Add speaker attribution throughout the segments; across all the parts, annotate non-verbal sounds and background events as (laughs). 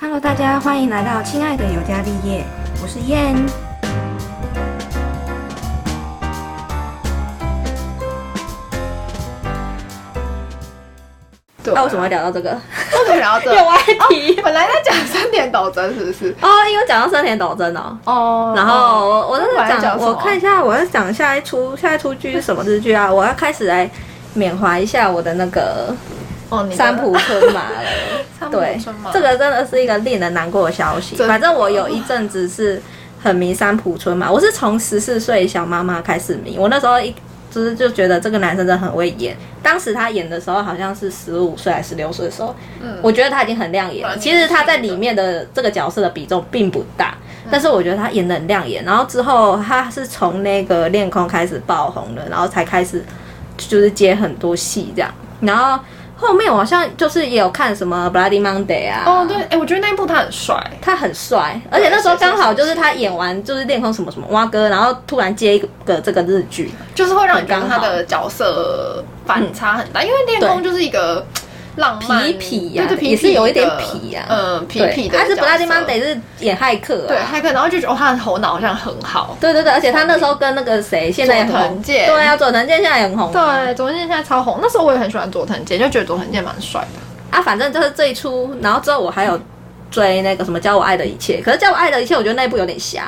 Speaker 1: Hello，大家欢迎来到《亲爱的尤加利叶》，我是燕。
Speaker 2: 对
Speaker 1: 那为什么会聊到这个？
Speaker 2: 为什么聊到这？哦
Speaker 1: 有外题
Speaker 2: 本来在讲三点斗争，是不是？
Speaker 1: 哦，因为讲到三田斗争哦。
Speaker 2: 哦
Speaker 1: 然后我我在
Speaker 2: 本来
Speaker 1: 讲，
Speaker 2: 讲什么
Speaker 1: 我看一下，我要讲下一出下一出剧是什么日剧啊？我要开始来缅怀一下我的那个
Speaker 2: 哦，你的
Speaker 1: 三浦春马了。
Speaker 2: 三浦
Speaker 1: 对
Speaker 2: 春马，，
Speaker 1: 这个真的是一个令人难过的消息。
Speaker 2: 真的
Speaker 1: 反正我有一阵子是很迷三浦春马，我是从十四岁小妈妈开始迷。我那时候一就是就觉得这个男生真的很会演。当时他演的时候好像是十五岁还是十六岁的时候，
Speaker 2: 嗯
Speaker 1: 我觉得他已经很亮眼了。
Speaker 2: 蛮
Speaker 1: 其实他在
Speaker 2: 年轻的
Speaker 1: 里面的这个角色的比重并不大，
Speaker 2: 嗯
Speaker 1: 但是我觉得他演的很亮眼。然后之后他是从那个恋空开始爆红的，然后才开始就是接很多戏这样。然后后面我好像就是也有看什么《Bloody Monday》啊，
Speaker 2: 哦对，哎、我觉得那一部他很帅，
Speaker 1: 他很帅，而且那时候刚好就是他演完就是恋空什么什么蛙哥，然后突然接一个这个日剧，
Speaker 2: 就是会让你觉得
Speaker 1: 很
Speaker 2: 他
Speaker 1: 刚好
Speaker 2: 的角色反差很大，因为练功就是一个浪漫
Speaker 1: 痞痞呀
Speaker 2: 对对，痞痞
Speaker 1: 也是有一点
Speaker 2: 的
Speaker 1: 痞呀
Speaker 2: 嗯，痞痞
Speaker 1: 对，
Speaker 2: 的角色。
Speaker 1: 他是 Bloody Monday 是演骇客、啊，
Speaker 2: 对，还可以，然后就觉得哦，他的头脑好像很好。
Speaker 1: 对对对，而且他那时候跟那个谁现在也很
Speaker 2: 佐
Speaker 1: 红，
Speaker 2: 藤健
Speaker 1: 对啊，佐藤健现在也很红啊，
Speaker 2: 对，佐藤健现在超红，那时候我也很喜欢佐藤健，就觉得佐藤健蛮帅的。
Speaker 1: 啊，反正就是这一出，然后之后我还有追那个什么《教我爱的一切》，可是《教我爱的一切》我觉得那一部有点瞎，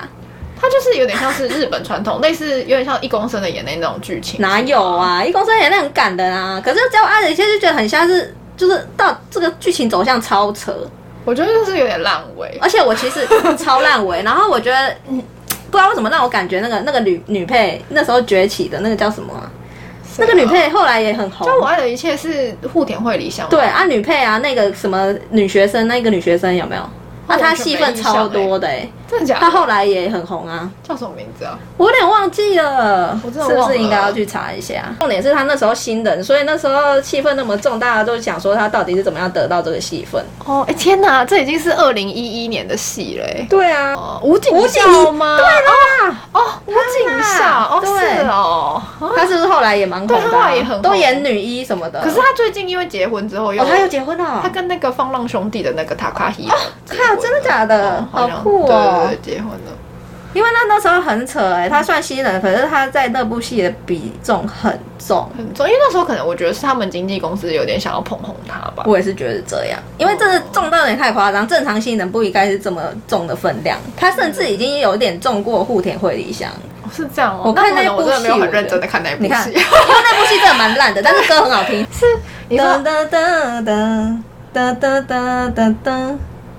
Speaker 2: 他就是有点像是日本传统，类似有点像一公升的眼泪那种剧情。
Speaker 1: 哪有啊？一公升眼泪很感人啊，可是《教我爱的一切》就觉得很像是就是到这个剧情走向超扯，
Speaker 2: 我觉得就是有点烂尾。
Speaker 1: 而且我其
Speaker 2: (laughs)
Speaker 1: 实超烂尾，然后我觉得，嗯，不知道为什么让我感觉那个那个女女配那时候崛起的那个叫什么啊、那个女配后来也很红。
Speaker 2: 就我啊爱的一切是户田惠梨香吗，
Speaker 1: 对啊，女配啊，那个什么女学生，那个女学生有没有？那、
Speaker 2: 哦我
Speaker 1: 她
Speaker 2: 完全
Speaker 1: 戏
Speaker 2: 没
Speaker 1: 份
Speaker 2: 印象
Speaker 1: 超多的、欸，
Speaker 2: 真的假
Speaker 1: 她
Speaker 2: 的？
Speaker 1: 后来也很红啊。
Speaker 2: 叫什么名字啊？
Speaker 1: 我有点忘记了，
Speaker 2: 我
Speaker 1: 是
Speaker 2: 真的
Speaker 1: 不
Speaker 2: 忘
Speaker 1: 是
Speaker 2: 了
Speaker 1: 应该要去查一下？重点是她那时候新人，所以那时候戏份那么重，大家都想说她到底是怎么样得到这个戏份。
Speaker 2: 哦，哎、天哪，这已经是二零一一年的戏了、哎
Speaker 1: 对啊，
Speaker 2: 哦，武警
Speaker 1: 武警
Speaker 2: 校吗？
Speaker 1: 对
Speaker 2: 哦
Speaker 1: 啦，
Speaker 2: 哦，武警校，哦，
Speaker 1: 对
Speaker 2: 是哦。
Speaker 1: 她是不是后来也蛮红的啊？
Speaker 2: 对她后来也很红
Speaker 1: 都演女一什么的。
Speaker 2: 可是他最近因为结婚之后又，
Speaker 1: 哦，他又结婚了
Speaker 2: 他。跟那个放浪兄弟的那个塔卡希，
Speaker 1: 靠，真的假的？好
Speaker 2: 像
Speaker 1: 酷哦！
Speaker 2: 对对对，结婚了。
Speaker 1: 因为那那时候很扯哎、他算新人，可是他在那部戏的比重很重。
Speaker 2: 很重，因为那时候可能我觉得是他们经纪公司有点想要捧红他吧。
Speaker 1: 我也是觉得这样，因为这是重到有点太夸张，正常新人不应该是这么重的分量。他甚至已经有点重过户田惠梨香。
Speaker 2: 哦是这样哦，
Speaker 1: 我看
Speaker 2: 那可能
Speaker 1: 那部
Speaker 2: 我真的没有
Speaker 1: 戏
Speaker 2: 很
Speaker 1: 我
Speaker 2: 认真的看那一部
Speaker 1: 你看，因为
Speaker 2: 戏。 (laughs)
Speaker 1: 那部戏真的蛮烂的，但是歌很好听。
Speaker 2: 是， (laughs) 你说
Speaker 1: 噔噔噔噔噔噔噔噔噔。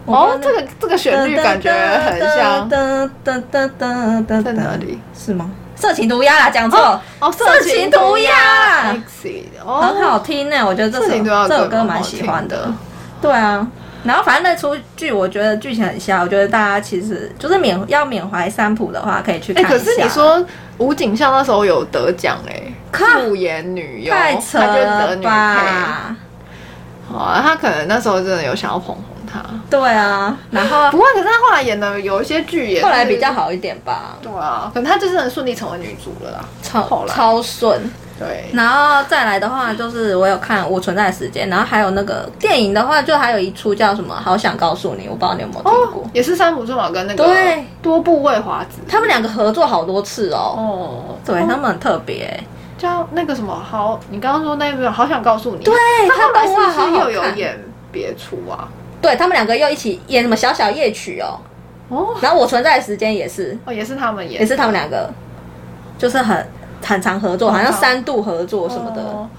Speaker 2: 哦，这个这个旋律感觉很像
Speaker 1: 噔噔噔噔噔
Speaker 2: 在哪里？
Speaker 1: 是吗？色情毒鸦啦，讲错。
Speaker 2: 哦，
Speaker 1: 色情涂鸦
Speaker 2: Sexy，哦，
Speaker 1: 很好听呢、我觉得这
Speaker 2: 色
Speaker 1: 首
Speaker 2: 情涂鸦
Speaker 1: 这首
Speaker 2: 真的
Speaker 1: 歌
Speaker 2: 蛮
Speaker 1: 蛮
Speaker 2: 好
Speaker 1: 喜
Speaker 2: 听
Speaker 1: 欢的
Speaker 2: 的。
Speaker 1: 对啊，然后反正那出剧我觉得剧情很瞎，我觉得大家其实就是缅要缅怀三浦的话，可以去
Speaker 2: 哎、
Speaker 1: 看一下。
Speaker 2: 可是你说吴景孝那时候有得奖哎、
Speaker 1: 靠
Speaker 2: 素颜女优，
Speaker 1: 太扯
Speaker 2: 她就得
Speaker 1: 了
Speaker 2: 女配。
Speaker 1: 吧？
Speaker 2: 好啊，他可能那时候真的有想要捧红她。
Speaker 1: 对啊，然后
Speaker 2: 不过，可是他后来演的有一些剧也是
Speaker 1: 后来比较。好一点吧，
Speaker 2: 对啊，可能他就是很顺利成为女主了啦。
Speaker 1: 超
Speaker 2: 后来
Speaker 1: 超顺。
Speaker 2: 对，
Speaker 1: 然后再来的话，就是我有看《我存在的时间》，然后还有那个电影的话，就还有一出叫什么《好想告诉你》，我不知道你有没有听过。
Speaker 2: 哦，也是三浦春马跟那个
Speaker 1: 对
Speaker 2: 多部未华子。
Speaker 1: 他们两个合作好多次哦，
Speaker 2: 哦，
Speaker 1: 对
Speaker 2: 哦
Speaker 1: 他们很特别欸、
Speaker 2: 叫那个什么好，你刚刚说那个好想告诉你，对
Speaker 1: 他
Speaker 2: 他后来
Speaker 1: 动画
Speaker 2: 是
Speaker 1: 好
Speaker 2: 不是
Speaker 1: 好
Speaker 2: 又有
Speaker 1: 看
Speaker 2: 演别出啊？
Speaker 1: 对他们两个又一起演什么小小夜曲哦，
Speaker 2: 哦
Speaker 1: 然后我存在的时间也是，
Speaker 2: 哦，也是他们演
Speaker 1: 也是他们两个，就是很很常合作，好像
Speaker 2: 很常
Speaker 1: 三度合作什么的。
Speaker 2: 哦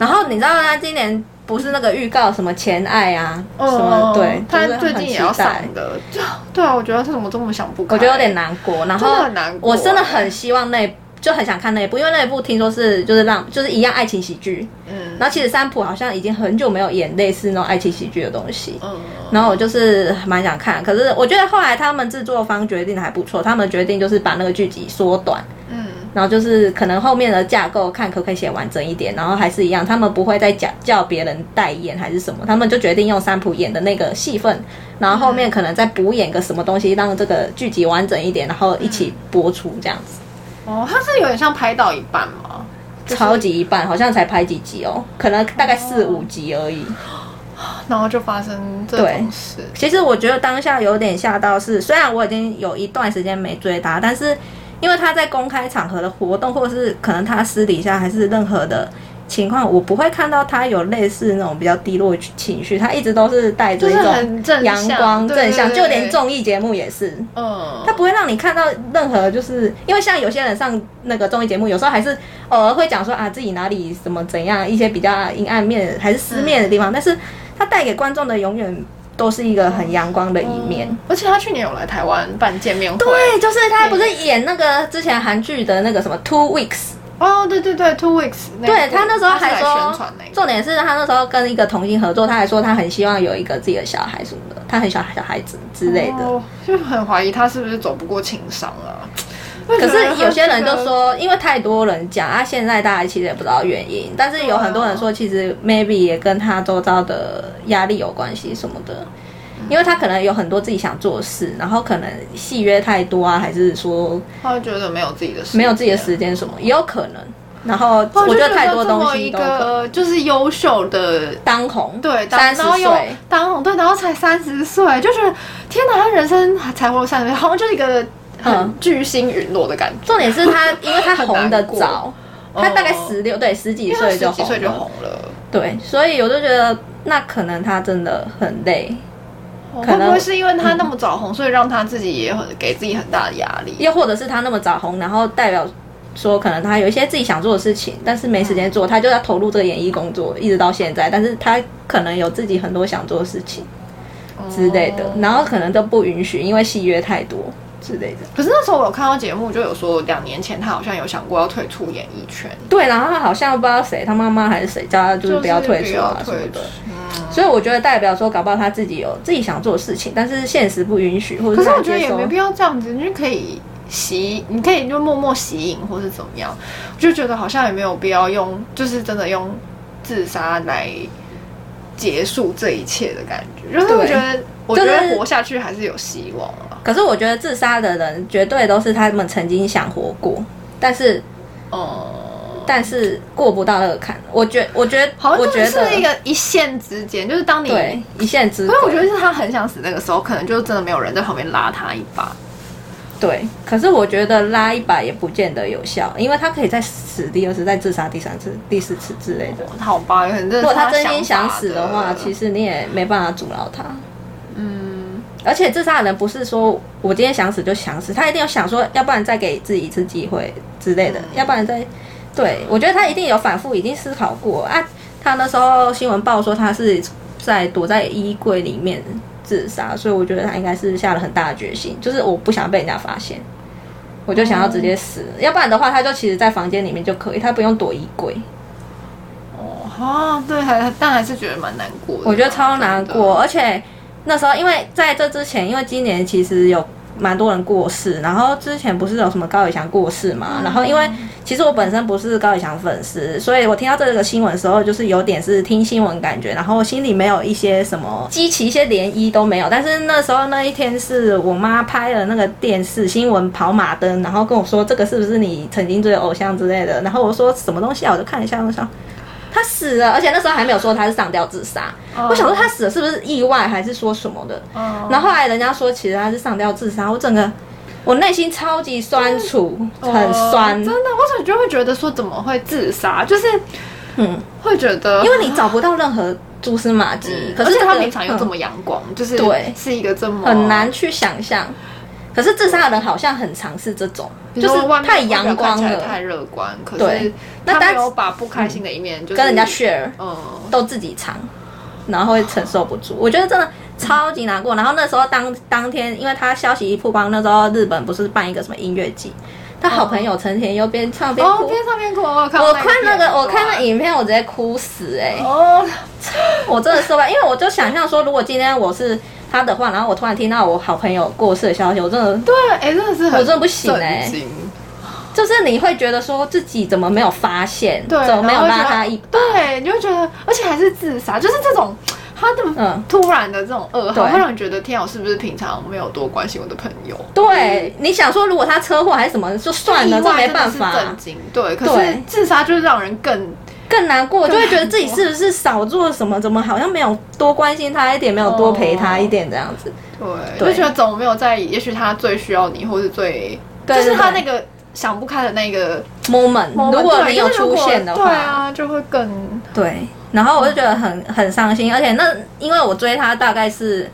Speaker 1: 然后你知道他今年不是那个预告什么前爱啊，什么对，
Speaker 2: 哦他
Speaker 1: 就是
Speaker 2: 最近也要
Speaker 1: 很期待
Speaker 2: 上的， (laughs) 就对啊，我觉得他怎么这么想不开？
Speaker 1: 我觉得有点难过。然后
Speaker 2: 真的很难过欸
Speaker 1: 我真的很希望那就很想看那一部，因为那一部听说是就是让就是一样爱情喜剧，
Speaker 2: 嗯
Speaker 1: 然后其实三浦好像已经很久没有演类似那种爱情喜剧的东西。
Speaker 2: 嗯，
Speaker 1: 然后我就是蛮想看，可是我觉得后来他们制作方决定的还不错，他们决定就是把那个剧集缩短，
Speaker 2: 嗯，
Speaker 1: 然后就是可能后面的架构看可不可以写完整一点，然后还是一样，他们不会再讲叫别人代演还是什么，他们就决定用三浦演的那个戏份，然后后面可能再补演个什么东西，让这个剧集完整一点，然后一起播出这样子。
Speaker 2: 哦，他是有点像拍到一半嘛，就是
Speaker 1: 超级一半好像才拍几集哦，可能大概四五集而已。
Speaker 2: 然后就发生这
Speaker 1: 对
Speaker 2: 种事。
Speaker 1: 其实我觉得当下有点吓到是，虽然我已经有一段时间没追他，但是因为他在公开场合的活动，或者是可能他私底下还是任何的情况，我不会看到他有类似那种比较低落情绪，他一直都是带着一
Speaker 2: 就是很正
Speaker 1: 种
Speaker 2: 向
Speaker 1: 阳光
Speaker 2: 对
Speaker 1: 正向，
Speaker 2: 对对
Speaker 1: 就连综艺节目也是。
Speaker 2: 嗯
Speaker 1: 他，不会让你看到任何，就是因为像有些人上那个综艺节目，有时候还是偶尔会讲说啊自己哪里怎么怎样，一些比较阴暗面还是私面的地
Speaker 2: 嗯
Speaker 1: 方，但是他带给观众的永远都是一个很阳光的一面。
Speaker 2: 嗯而且他去年有来台湾办见面会。
Speaker 1: 对，就是他不是演那个之前韩剧的那个什么 Two Weeks，
Speaker 2: 哦，对对对，Two Weeks 个。
Speaker 1: 对他那时候
Speaker 2: 他是
Speaker 1: 还
Speaker 2: 来
Speaker 1: 说
Speaker 2: 宣传那，个。
Speaker 1: 重点是他那时候跟一个童星合作，他还说他很希望有一个自己的小孩什么的，他很喜欢小孩子之类的。
Speaker 2: 哦，就很怀疑他是不是走不过情商啊。 (laughs)
Speaker 1: 可是有些人就
Speaker 2: 说。
Speaker 1: 说，因为太多人讲啊，现在大家其实也不知道原因，但是有很多人说，其实 maybe 也跟他周遭的压力有关系什么的，因为他可能有很多自己想做的事，然后可能戏约太多啊，还是说
Speaker 2: 他会觉得没有自己的时间，
Speaker 1: 没有自己的时间什么，也有可能。然后
Speaker 2: 哦。
Speaker 1: 我觉得太多东西都有可
Speaker 2: 就觉得这
Speaker 1: 能
Speaker 2: 么一个就是优秀的。
Speaker 1: 当红，
Speaker 2: 对，当
Speaker 1: 三十
Speaker 2: 然后又
Speaker 1: 岁，
Speaker 2: 当红，对，然后才三十岁，就觉得天哪，他人生才活三十岁，好像就是一个
Speaker 1: 嗯
Speaker 2: 很巨星陨落的感觉。
Speaker 1: 重点是他，因为他
Speaker 2: (laughs) 很
Speaker 1: 红的
Speaker 2: 难过
Speaker 1: 早，他大概
Speaker 2: 哦
Speaker 1: 十六对十几
Speaker 2: 因为他
Speaker 1: 岁就
Speaker 2: 十几
Speaker 1: 红
Speaker 2: 岁就
Speaker 1: 了。
Speaker 2: 红了，
Speaker 1: 对，所以我就觉得那可能他真的很累，
Speaker 2: 哦
Speaker 1: 可能嗯
Speaker 2: 会不会是因为他那么早红，所以让他自己也很给自己很大的压力？
Speaker 1: 又或者是他那么早红，然后代表说可能他有一些自己想做的事情，但是没时间做，他就要投入这个演艺工作，一直到现在，但是他可能有自己很多想做的事情之类的，
Speaker 2: 哦
Speaker 1: 然后可能都不允许，因为戏约太多之类的。
Speaker 2: 可是那时候我有看到节目，就有说两年前他好像有想过要退出演艺圈，
Speaker 1: 对，然后他好像不知道谁，他妈妈还是谁叫他就是不要退出啊什么
Speaker 2: 就是不要退
Speaker 1: 的
Speaker 2: 出。嗯
Speaker 1: 所以我觉得代表说，搞不好他自己有自己想做的事情，但是现实不允许，或者
Speaker 2: 可是
Speaker 1: 他
Speaker 2: 我觉得
Speaker 1: 接
Speaker 2: 也
Speaker 1: 受
Speaker 2: 没必要这样子，你就可以吸，你可以就默默吸引或是怎么样，我就觉得好像也没有必要用，就是真的用自杀来结束这一切的感觉。就是我觉得，我觉
Speaker 1: 就是
Speaker 2: 得活下去还是有希望啊。
Speaker 1: 可是我觉得自杀的人绝对都是他们曾经想活过，但是
Speaker 2: 嗯，
Speaker 1: 但是过不到那个坎。我觉我觉得
Speaker 2: 好
Speaker 1: 我
Speaker 2: 像真
Speaker 1: 觉
Speaker 2: 的
Speaker 1: 得
Speaker 2: 是一个一线之间，就是当你，
Speaker 1: 对
Speaker 2: 因
Speaker 1: 一线之隔
Speaker 2: 为，我觉得是他很想死那个时候，可能就真的没有人在旁边拉他一把。
Speaker 1: 对。可是我觉得拉一把也不见得有效，因为他可以再死第二次，再自杀第三次、第四次之类的。
Speaker 2: 好吧，可能真
Speaker 1: 如
Speaker 2: 的
Speaker 1: 果
Speaker 2: 是
Speaker 1: 他真
Speaker 2: 法
Speaker 1: 心想死的话，其实你也没办法阻挠他。
Speaker 2: 嗯，
Speaker 1: 而且自杀的人不是说我今天想死就想死，他一定有想说，要不然再给自己一次机会之类的，
Speaker 2: 嗯
Speaker 1: 要不然再对我觉得他一定有反复已经思考过啊。他那时候新闻报说他是在躲在衣柜里面自杀，所以我觉得他应该是下了很大的决心，就是我不想被人家发现，我就想要直接死，要不然的话他就其实在房间里面就可以，他不用躲衣柜。
Speaker 2: 哦，啊，对，还但还是觉得蛮难过的。
Speaker 1: 我觉得超难过，而且那时候因为在这之前，因为今年其实有蛮多人过世，然后之前不是有什么高以翔过世嘛，然后因
Speaker 2: 嗯
Speaker 1: 为其实我本身不是高以翔粉丝，所以我听到这个新闻的时候，就是有点是听新闻感觉，然后心里没有一些什么激起一些涟漪都没有。但是那时候那一天是我妈拍了那个电视新闻跑马灯，然后跟我说这个是不是你曾经追的偶像之类的，然后我说什么东西啊，我就看了一下，我想。他死了，而且那时候还没有说他是上吊自杀。
Speaker 2: 哦
Speaker 1: 我想说他死了是不是意外，还是说什么的？
Speaker 2: 真的。嗯
Speaker 1: 然后后来人家说其实他是上吊自杀，我整个我内心超级酸楚，很酸
Speaker 2: 哦真。的，我总就会觉得说怎么会自杀，就是
Speaker 1: 嗯，
Speaker 2: 会觉得，啊
Speaker 1: 因为你找不到任何蛛丝马迹，可
Speaker 2: 嗯而
Speaker 1: 是
Speaker 2: 且
Speaker 1: 这
Speaker 2: 他
Speaker 1: 个
Speaker 2: 平常又这么阳光，就是
Speaker 1: 对
Speaker 2: 是一个这么
Speaker 1: 很难，去想象。可是自杀的人好像很尝试这种，
Speaker 2: 比
Speaker 1: 就
Speaker 2: 如说
Speaker 1: 是
Speaker 2: 外面
Speaker 1: 太
Speaker 2: 外表
Speaker 1: 阳
Speaker 2: 看
Speaker 1: 光
Speaker 2: 起来
Speaker 1: 了
Speaker 2: 太，乐观，可
Speaker 1: 对
Speaker 2: 是
Speaker 1: 那
Speaker 2: 他
Speaker 1: 但嗯
Speaker 2: 没有把不开心的一面就是
Speaker 1: 跟人家 share
Speaker 2: 嗯，
Speaker 1: 都自己尝，然后会承受不住。我觉得真的超级难过。然后那时候当当天，因为他消息一曝光，那时候日本不是办一个什么音乐季，他好朋友陈田优边唱边
Speaker 2: 哦
Speaker 1: 哭。
Speaker 2: 边上边哭，我看
Speaker 1: 我看那个，我看
Speaker 2: 了
Speaker 1: 那影片，我直接哭死哎、
Speaker 2: 啊哦，
Speaker 1: 我真的受不了，因为我就想象说，如果今天我是他的话，然后我突然听到我好朋友过世的消息，我真的
Speaker 2: 对，哎，真的是很
Speaker 1: 我真的不行哎
Speaker 2: 震惊
Speaker 1: 就是你会觉得说自己怎么没有发现，
Speaker 2: 对，
Speaker 1: 怎么没有
Speaker 2: 然后
Speaker 1: 拉
Speaker 2: 就
Speaker 1: 他一，
Speaker 2: 对，你就觉得，而且还是自杀，就是这种他的
Speaker 1: 嗯
Speaker 2: 突然的这种
Speaker 1: 对
Speaker 2: 噩耗，会让你觉得天啊，我是不是平常没有多关心我的朋友？
Speaker 1: 对，你想说如果他车祸还是什么，就算了，
Speaker 2: 意
Speaker 1: 这
Speaker 2: 外
Speaker 1: 没
Speaker 2: 真的
Speaker 1: 办
Speaker 2: 是
Speaker 1: 法。啊
Speaker 2: 震惊，对，可是
Speaker 1: 对
Speaker 2: 自杀就是让人更
Speaker 1: 更难过，就
Speaker 2: 更
Speaker 1: 会觉得
Speaker 2: 难
Speaker 1: 自己
Speaker 2: 过
Speaker 1: 是不是少做了什么，怎么好像没有多关心他一点，没有多陪他一点这样子。
Speaker 2: 对，
Speaker 1: 对
Speaker 2: 就觉得总没有在意，也许他最需要你，或是最
Speaker 1: 对
Speaker 2: 就是他
Speaker 1: 对
Speaker 2: 那个想不开的那个
Speaker 1: moment，
Speaker 2: moment，
Speaker 1: 如果
Speaker 2: 对
Speaker 1: 你
Speaker 2: 就
Speaker 1: 有
Speaker 2: 是如
Speaker 1: 出
Speaker 2: 果
Speaker 1: 现的话，
Speaker 2: 对啊，就会更
Speaker 1: 对，然后我就觉得很很伤心，而且那因为我追他大概是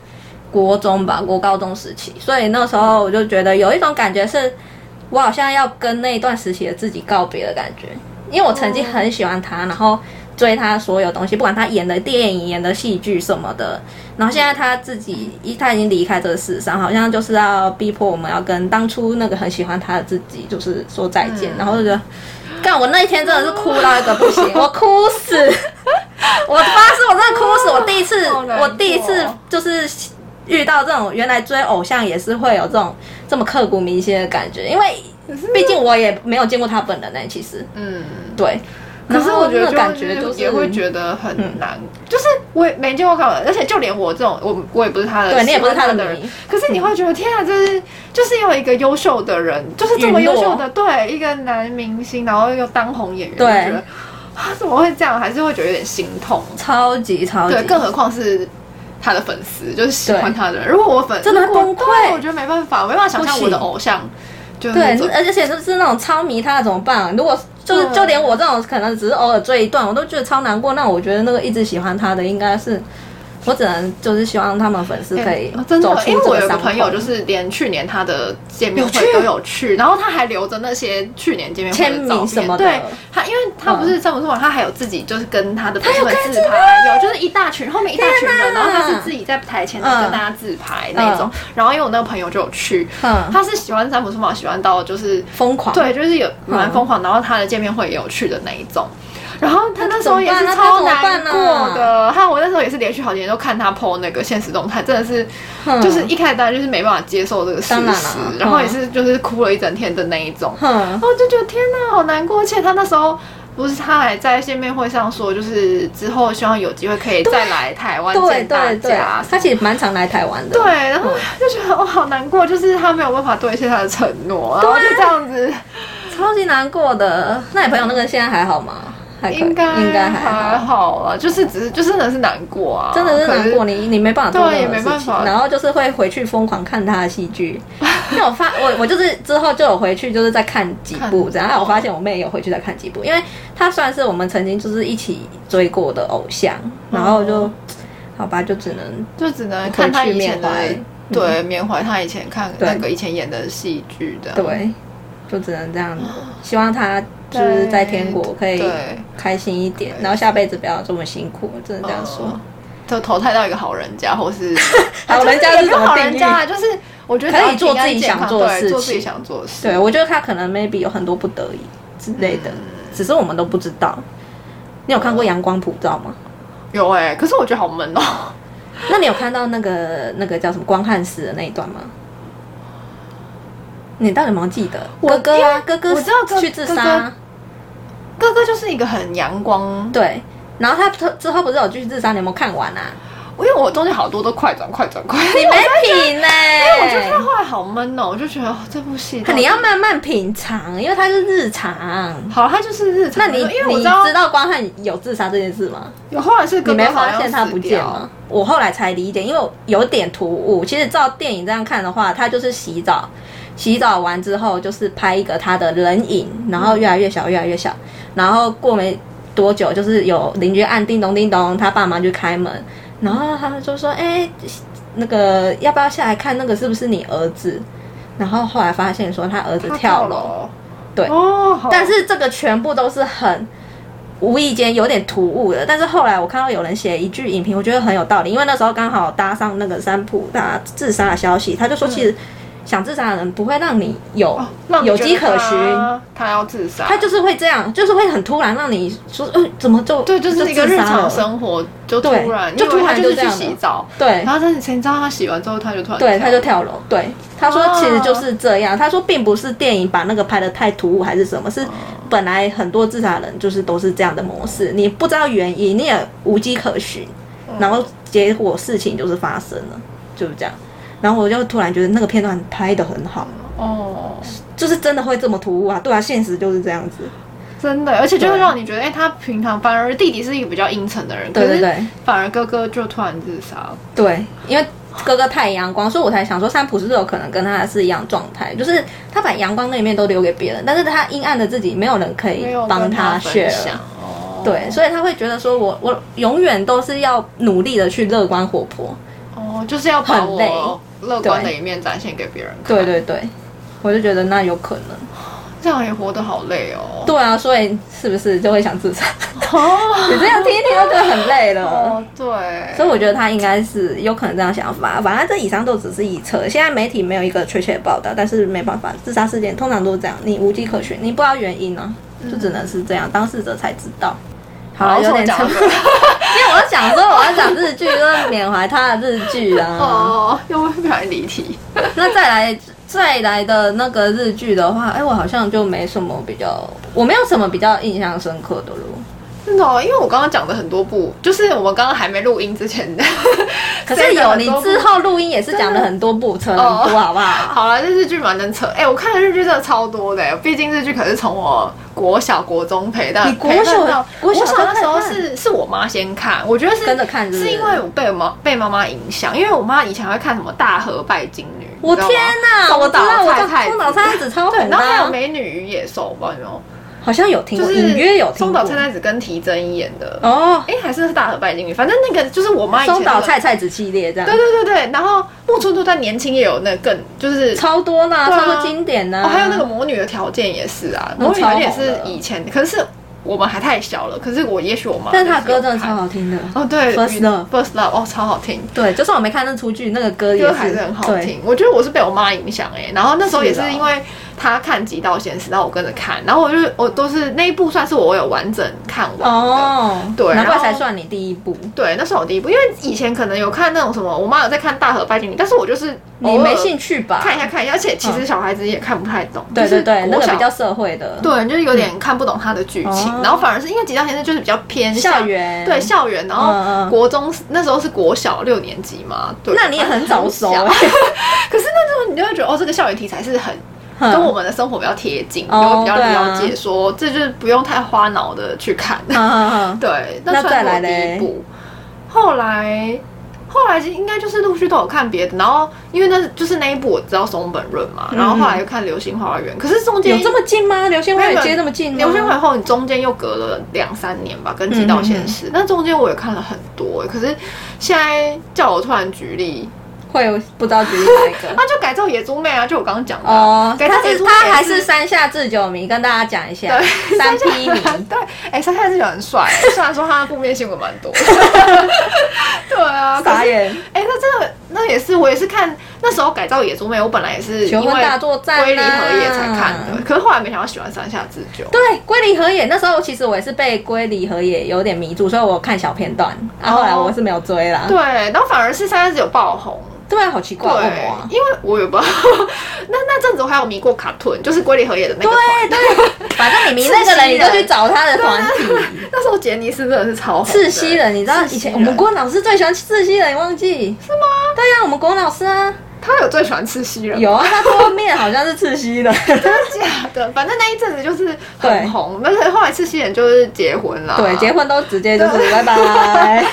Speaker 1: 国中吧，国高中时期，所以那时候我就觉得有一种感觉是，我好像要跟那一段时期的自己告别的感觉，因为我曾经很喜欢他，然后追他所有东西，不管他演的电影、演的戏剧什么的，然后现在他自己一他已经离开这个世上，好像就是要逼迫我们要跟当初那个很喜欢他的自己就是说再见，
Speaker 2: 嗯
Speaker 1: 然后就觉得。干，我那一天真的是哭到一个不行，我哭
Speaker 2: (laughs)
Speaker 1: 死，我发誓我真的哭死。我第一次
Speaker 2: 好，难过
Speaker 1: 我第一次就是遇到这种，原来追偶像也是会有这种这么刻骨铭心的感觉，因为毕竟我也没有见过他本人呢、欸其实
Speaker 2: 嗯。
Speaker 1: 对。
Speaker 2: 可是我觉得
Speaker 1: 然后那
Speaker 2: 就
Speaker 1: 个感觉就
Speaker 2: 是
Speaker 1: 是嗯
Speaker 2: 也会觉得很难，就是我也没见过他们，而且就连我这种，我我也不是他的，
Speaker 1: 对你也不是
Speaker 2: 喜欢
Speaker 1: 他的
Speaker 2: 的人
Speaker 1: 迷，嗯
Speaker 2: 可是你会觉得天啊，这是就是有一个优秀的人，就是这么优秀的，对一个男明星，然后又当红演员，
Speaker 1: 对
Speaker 2: 就觉得啊怎么会这样，还是会觉得有点心痛。
Speaker 1: 超级超级
Speaker 2: 对，更何况是他的粉丝，就是喜欢他的人。如果我粉
Speaker 1: 真的会
Speaker 2: 如果
Speaker 1: 崩溃
Speaker 2: 对我觉得没办法，我没办法想象
Speaker 1: 不行
Speaker 2: 我的偶像就是
Speaker 1: 对
Speaker 2: 那种，
Speaker 1: 而且就是那种超迷他的怎么办、啊如果就是
Speaker 2: 对啊
Speaker 1: 就连我这种可能只是偶尔追一段，我都觉得超难过。那我觉得那个一直喜欢他的应该是，我只能就是希望他们粉丝可以
Speaker 2: 欸真
Speaker 1: 走
Speaker 2: 的，
Speaker 1: 出
Speaker 2: 因为
Speaker 1: 这
Speaker 2: 我有
Speaker 1: 个
Speaker 2: 一个
Speaker 1: 伤
Speaker 2: 朋
Speaker 1: 痛。
Speaker 2: 友，就是连去年他的见面会
Speaker 1: 有去
Speaker 2: 都有去，然后他还留着那些去年见面会的
Speaker 1: 签名
Speaker 2: 照片
Speaker 1: 什么的嗯
Speaker 2: 对，他因为他不是詹姆斯王，他还有自己就是跟他的朋友们自拍，有就是一大群后面一大群人，
Speaker 1: 天哪
Speaker 2: 然后他是自己在台前头
Speaker 1: 嗯
Speaker 2: 跟大家自拍那种。然后因为我那个朋友就有去，
Speaker 1: 嗯，
Speaker 2: 他是喜欢詹姆斯王，喜欢到就是
Speaker 1: 疯狂。
Speaker 2: 对，就是有蛮
Speaker 1: 嗯
Speaker 2: 疯狂，然后他的见面会也有去的那一种。然后他那时候也是
Speaker 1: 那怎
Speaker 2: 超
Speaker 1: 么
Speaker 2: 难
Speaker 1: 办啊那他怎么
Speaker 2: 过
Speaker 1: 办
Speaker 2: 的，他我那时候也是连续好几天都看他 PO 那个现实动态，真的是
Speaker 1: 哼，
Speaker 2: 就是一开始当然就是没办法接受这个事
Speaker 1: 嗯当然
Speaker 2: 实
Speaker 1: 啦，
Speaker 2: 然后也
Speaker 1: 嗯
Speaker 2: 是就是哭了一整天的那一种，
Speaker 1: 哼
Speaker 2: 然，后就觉得天哪，好难过。而且他那时候不是他还在见面会上说，就是之后希望有机会可以再来台湾
Speaker 1: 对
Speaker 2: 见大
Speaker 1: 对对嗯
Speaker 2: 家，。
Speaker 1: 他其实蛮常来台湾的。
Speaker 2: 对，然后就觉得哦，好难过，就是他没有办法兑现他的承诺，然后就这样子，
Speaker 1: 超级难过的。那你朋友那个现在还好吗？还可以
Speaker 2: 应该
Speaker 1: 应该
Speaker 2: 还
Speaker 1: 还好。
Speaker 2: 好啦，就是只是就真的是难过啊，
Speaker 1: 真的是
Speaker 2: 可
Speaker 1: 难过，你你没办法做任
Speaker 2: 对也
Speaker 1: 何
Speaker 2: 没办
Speaker 1: 事情
Speaker 2: 法，
Speaker 1: 然后就是会回去疯狂看他的戏
Speaker 2: (laughs)
Speaker 1: 剧。那我发我我就是之后就有回去，就是再看几部
Speaker 2: 看哦
Speaker 1: 这样。然后我发现我妹有回去再看几部，因为她算是我们曾经就是一起追过的偶像，然后就、
Speaker 2: 哦
Speaker 1: 好吧，就只能
Speaker 2: 就只能看他以前的
Speaker 1: 回去缅怀，
Speaker 2: 对，缅怀他以前看
Speaker 1: 对
Speaker 2: 那个以前演的戏剧的，
Speaker 1: 对，就只能这样子。希望她就是在天国可以
Speaker 2: 哦对，
Speaker 1: 开心一点，然后下辈子不要这么辛苦，只能这样说。
Speaker 2: 嗯就投胎到一个好人家，或是
Speaker 1: (laughs) 好人家
Speaker 2: 就是也不
Speaker 1: 怎
Speaker 2: 用好
Speaker 1: 么定
Speaker 2: 人
Speaker 1: 义？
Speaker 2: 家啊，就是我觉得
Speaker 1: 可以做
Speaker 2: 只要
Speaker 1: 自己
Speaker 2: 健康
Speaker 1: 想做的
Speaker 2: 对
Speaker 1: 事
Speaker 2: 做自己
Speaker 1: 情
Speaker 2: 想做的事，
Speaker 1: 对，我觉得他可能 maybe 有很多不得已之类的，只是我们都不知道。你有看过《阳光普照》吗？
Speaker 2: 有哎、可是我觉得好闷哦、 (laughs)
Speaker 1: 那你有看到那个那个叫什么光汉寺的那一段吗？你到底有没有记得？
Speaker 2: 我
Speaker 1: 哥哥啊，
Speaker 2: 因为
Speaker 1: 哥哥
Speaker 2: 我知道哥
Speaker 1: 去自
Speaker 2: 哥
Speaker 1: 杀
Speaker 2: 哥
Speaker 1: 啊，
Speaker 2: 哥哥就是一个很阳光，
Speaker 1: 对。然后他之后不是有去自杀，你有没有看完啊？
Speaker 2: 因为我中间好多都快转快转快 (laughs) 转，
Speaker 1: 你没品呢、
Speaker 2: 我就看后来好闷哦、我就觉得、哦、这部戏到底
Speaker 1: 你要慢慢品尝，因为它是日常。
Speaker 2: 好，他就是日
Speaker 1: 那
Speaker 2: 常的，
Speaker 1: 你
Speaker 2: 因为我
Speaker 1: 你
Speaker 2: 知道
Speaker 1: 知道光汉有自杀这件事吗？
Speaker 2: 有后来是哥
Speaker 1: 你没
Speaker 2: 哥好
Speaker 1: 发
Speaker 2: 像
Speaker 1: 现他
Speaker 2: 死
Speaker 1: 不见
Speaker 2: 掉
Speaker 1: 吗？？我后来才理解，因为我有点突兀。其实照电影这样看的话，他就是洗澡，洗澡完之后就是拍一个他的人影，然后越来越小，越来越小，然后过没多久，就是有邻居按叮咚叮咚，他爸妈就开门，然后他们就说：“哎、那个要不要下来看那个是不是你儿子？”然后后来发现说他儿子
Speaker 2: 他
Speaker 1: 跳
Speaker 2: 跳
Speaker 1: 楼，
Speaker 2: 楼，
Speaker 1: 对
Speaker 2: 哦，好
Speaker 1: 但是这个全部都是很无意间有点突兀的。但是后来我看到有人写一句影评，我觉得很有道理，因为那时候刚好搭上那个三浦他自杀的消息，他就说其实想自杀的人不会让你有、
Speaker 2: 嗯哦让你
Speaker 1: 有
Speaker 2: 觉
Speaker 1: 迹
Speaker 2: 得
Speaker 1: 可
Speaker 2: 他
Speaker 1: 循。
Speaker 2: 他要自杀，
Speaker 1: 他就是会这样，就是会很突然让你说，呃，怎么就
Speaker 2: 对，就是一个
Speaker 1: 自
Speaker 2: 日
Speaker 1: 杀
Speaker 2: 常
Speaker 1: 了
Speaker 2: 生活就突
Speaker 1: 对
Speaker 2: 然，
Speaker 1: 就
Speaker 2: 因为
Speaker 1: 突然
Speaker 2: 他
Speaker 1: 就
Speaker 2: 就是
Speaker 1: 这
Speaker 2: 去
Speaker 1: 样
Speaker 2: 洗
Speaker 1: 了
Speaker 2: 澡，
Speaker 1: 对
Speaker 2: 然，后但是你知道他洗完之后，他就突然
Speaker 1: 对，
Speaker 2: 跳
Speaker 1: 他就跳楼。对，他说
Speaker 2: 哦
Speaker 1: 其实就是这样。他说并不是电影把那个拍的太突兀还是什么，是本来很多自杀人就是都是这样的模式，你不知道原因，你也无迹可寻，然后结果事情就是发生了，就是这样。然后我就突然觉得那个片段拍的很好，
Speaker 2: 哦，
Speaker 1: 就是真的会这么突兀啊！对啊，现实就是这样子。
Speaker 2: 真的，而且就会让你觉得，哎、他平常反而弟弟是一个比较阴沉的人，
Speaker 1: 对对，对
Speaker 2: 反而哥哥就突然自杀了。
Speaker 1: 对，因为哥哥太阳光，所以我才想说三浦是不是有可能跟他是一样状态，就是他把阳光那一面都留给别人，但是他阴暗的自己没有人可以
Speaker 2: 没有
Speaker 1: 帮
Speaker 2: 跟他
Speaker 1: 血
Speaker 2: 分
Speaker 1: 了。
Speaker 2: 享哦。
Speaker 1: 对，所以他会觉得说我我永远都是要努力的去乐观活泼。
Speaker 2: 哦，就是要把
Speaker 1: 很累
Speaker 2: 我乐观的
Speaker 1: 对
Speaker 2: 一面展现给别人看。
Speaker 1: 对，对对，我就觉得那有可能。
Speaker 2: 这样也活得好累哦。 (laughs)
Speaker 1: 对啊，所以是不是就会想自杀？ (laughs)
Speaker 2: 哦，
Speaker 1: 你这样听一听就觉得很累了。
Speaker 2: 哦，对，
Speaker 1: 所以我觉得他应该是有可能这样想法，反正这以上都只是臆测，现在媒体没有一个确切的报道，但是没办法，自杀事件通常都是这样，你无迹可寻，你不知道原因呢、就只能是这样，当事者才知道。好了，有
Speaker 2: 为什么
Speaker 1: 点
Speaker 2: 讲
Speaker 1: 长，
Speaker 2: 到
Speaker 1: (laughs) 因为我想
Speaker 2: 这个
Speaker 1: 说我要讲日剧，就是缅怀他的日剧啊。
Speaker 2: 哦，又不小心离题。
Speaker 1: 那再来再来的那个日剧的话，哎、我好像就没什么比较，我没有什么比较印象深刻的了。
Speaker 2: 真的哦，因为我刚刚讲的很多部，就是我们刚刚还没录音之前的。 (laughs)
Speaker 1: 可是有你之后录音也是讲了很多部，扯了很多，好不好？
Speaker 2: 好了，这日剧蛮能扯。哎、我看的日剧真的超多的、欸毕竟日剧可是从我国小、国中陪到
Speaker 1: 你国
Speaker 2: 陪伴
Speaker 1: 小
Speaker 2: 到
Speaker 1: 国小
Speaker 2: 小那时候
Speaker 1: 就开始
Speaker 2: 是是我妈先看，我觉得是
Speaker 1: 跟着看是不是
Speaker 2: 是因为我被我妈被妈妈影响，因为我妈以前会看什么《大和拜金女》，
Speaker 1: 我
Speaker 2: 你知道吗
Speaker 1: 天哪，我知道，我
Speaker 2: 松岛
Speaker 1: 知道
Speaker 2: 菜菜
Speaker 1: 松岛菜子超
Speaker 2: 对，
Speaker 1: 红的
Speaker 2: 然后还有
Speaker 1: 啊
Speaker 2: 《，美女与野兽》，不知道有没有，
Speaker 1: 好像有听
Speaker 2: 就
Speaker 1: 过，
Speaker 2: 是
Speaker 1: 隐约有听
Speaker 2: 松
Speaker 1: 过
Speaker 2: 岛。菜菜子跟提真演的，哎、
Speaker 1: 哦，
Speaker 2: 还是《大和拜金女》，反正那个就是我妈以前、
Speaker 1: 松
Speaker 2: 那
Speaker 1: 岛
Speaker 2: 个
Speaker 1: 菜菜子系列这样
Speaker 2: 对，对对对，然后木村拓哉年轻也有那更就是
Speaker 1: 超多呢，
Speaker 2: 对啊
Speaker 1: 超多经典呢。
Speaker 2: 哦，还有那个魔女的条件也是啊，
Speaker 1: 那
Speaker 2: 魔女条件也
Speaker 1: 嗯超
Speaker 2: 是
Speaker 1: 红的
Speaker 2: 以前，可是我们还太小了，可是我也许我妈，
Speaker 1: 但是他歌真的超。好听的。
Speaker 2: 哦，对
Speaker 1: First Love
Speaker 2: Love，First Love，哦，超好听，
Speaker 1: 对，就算我没看那出剧，那个歌也
Speaker 2: 歌
Speaker 1: 是
Speaker 2: 还是很好
Speaker 1: 对
Speaker 2: 听。我觉得我是被我妈影响哎、然后那时候也是
Speaker 1: 是啊
Speaker 2: 因为她看《极道鲜师》，然后我跟着看，然后我就我都是那一部算是我有完整看完的。
Speaker 1: 哦，
Speaker 2: 对
Speaker 1: 难怪
Speaker 2: 然后
Speaker 1: 才算你第一部。
Speaker 2: 对，那是我第一部，因为以前可能有看那种什么，我妈有在看《大河拜金女》，但是我就是
Speaker 1: 你
Speaker 2: 偶
Speaker 1: 没
Speaker 2: 尔
Speaker 1: 兴趣吧？
Speaker 2: 看一下看一下，而且其实小孩子也看不太懂，
Speaker 1: 对对嗯对，
Speaker 2: 就是
Speaker 1: 那
Speaker 2: 国
Speaker 1: 个
Speaker 2: 小
Speaker 1: 比较嗯社会的，
Speaker 2: 对，就是有点看不懂它的剧情，
Speaker 1: 哦
Speaker 2: 然后反而是因为《极道先生》就是比较偏向
Speaker 1: 校园
Speaker 2: 对校园，然
Speaker 1: 嗯
Speaker 2: 后
Speaker 1: 嗯
Speaker 2: 国中那时候是国小六年级嘛，对，
Speaker 1: 那你也很早熟 (laughs)
Speaker 2: 小
Speaker 1: 欸
Speaker 2: 可是那时候你就会觉得哦，这个校园题材是很。
Speaker 1: 嗯
Speaker 2: 跟我们的生活比较贴近，就
Speaker 1: 哦
Speaker 2: 会比较
Speaker 1: 对啊
Speaker 2: 了解说，这就是不用太花脑的去看。
Speaker 1: 嗯嗯嗯
Speaker 2: 对，
Speaker 1: 那
Speaker 2: 那
Speaker 1: 再
Speaker 2: 算是
Speaker 1: 来
Speaker 2: 我第
Speaker 1: 嘞
Speaker 2: 一部。后来，后来应该就是陆续都有看别的，然后因为那就是那一部我知道松本润嘛，然后后来又看《流星花园》，可是中
Speaker 1: 嗯
Speaker 2: 间
Speaker 1: 有这么近吗？流星花
Speaker 2: 没有
Speaker 1: 园接那么近吗？
Speaker 2: 流星花园后，你中间又隔了两三年吧，跟《极道现
Speaker 1: 嗯
Speaker 2: 实》那中间我也看了很多、可是现在叫我突然举例，
Speaker 1: 会有不知道举例哪一个？
Speaker 2: 那就改造野猪妹啊，就我刚刚讲的啊、
Speaker 1: 哦，
Speaker 2: 改
Speaker 1: 他
Speaker 2: 造野
Speaker 1: 是
Speaker 2: 猪妹
Speaker 1: 他还
Speaker 2: 也
Speaker 1: 是山下智久迷，跟大家讲一下，
Speaker 2: 对
Speaker 1: (laughs)
Speaker 2: (laughs)
Speaker 1: 三 P 迷，
Speaker 2: 对，哎、山下智久很帅、虽然说他的负面新闻蛮多的， (laughs) 对啊，可
Speaker 1: (laughs) 傻
Speaker 2: 是
Speaker 1: 眼，
Speaker 2: 哎、那这个那也是我也是看那时候改造野猪妹，我本来也是
Speaker 1: (laughs) 求
Speaker 2: 因
Speaker 1: 婚
Speaker 2: 为
Speaker 1: 大作战啊
Speaker 2: 龟梨和也才看的，可是后来没想到喜欢山下智久。
Speaker 1: 对，龟梨和也那时候其实我也是被龟梨和也有点迷住，所以我看小片段，啊，
Speaker 2: 哦
Speaker 1: 后来我是没有追啦。
Speaker 2: 对，然后反而是山下智久爆红，
Speaker 1: 对啊，好奇怪，为什么啊
Speaker 2: 对，因为我也不知道。那那阵子我还有迷过卡顿，就是龟梨和也的那个团。
Speaker 1: 对啊对， (laughs) 反正你迷那个人，你就去找他的团体。
Speaker 2: 那时候杰尼斯真的是超红的
Speaker 1: 赤西人，你知道以前我们国文老师最喜欢赤西人，你忘记是吗？对呀、我们国文老师啊，
Speaker 2: 他有最喜欢赤西人，
Speaker 1: 有啊，他桌面好像是赤西 (laughs) 人。
Speaker 2: 真的假的？反正那一阵子就是
Speaker 1: 对
Speaker 2: 很红，但是后来赤西人就是结婚了，
Speaker 1: 对，结婚都直接就是拜拜。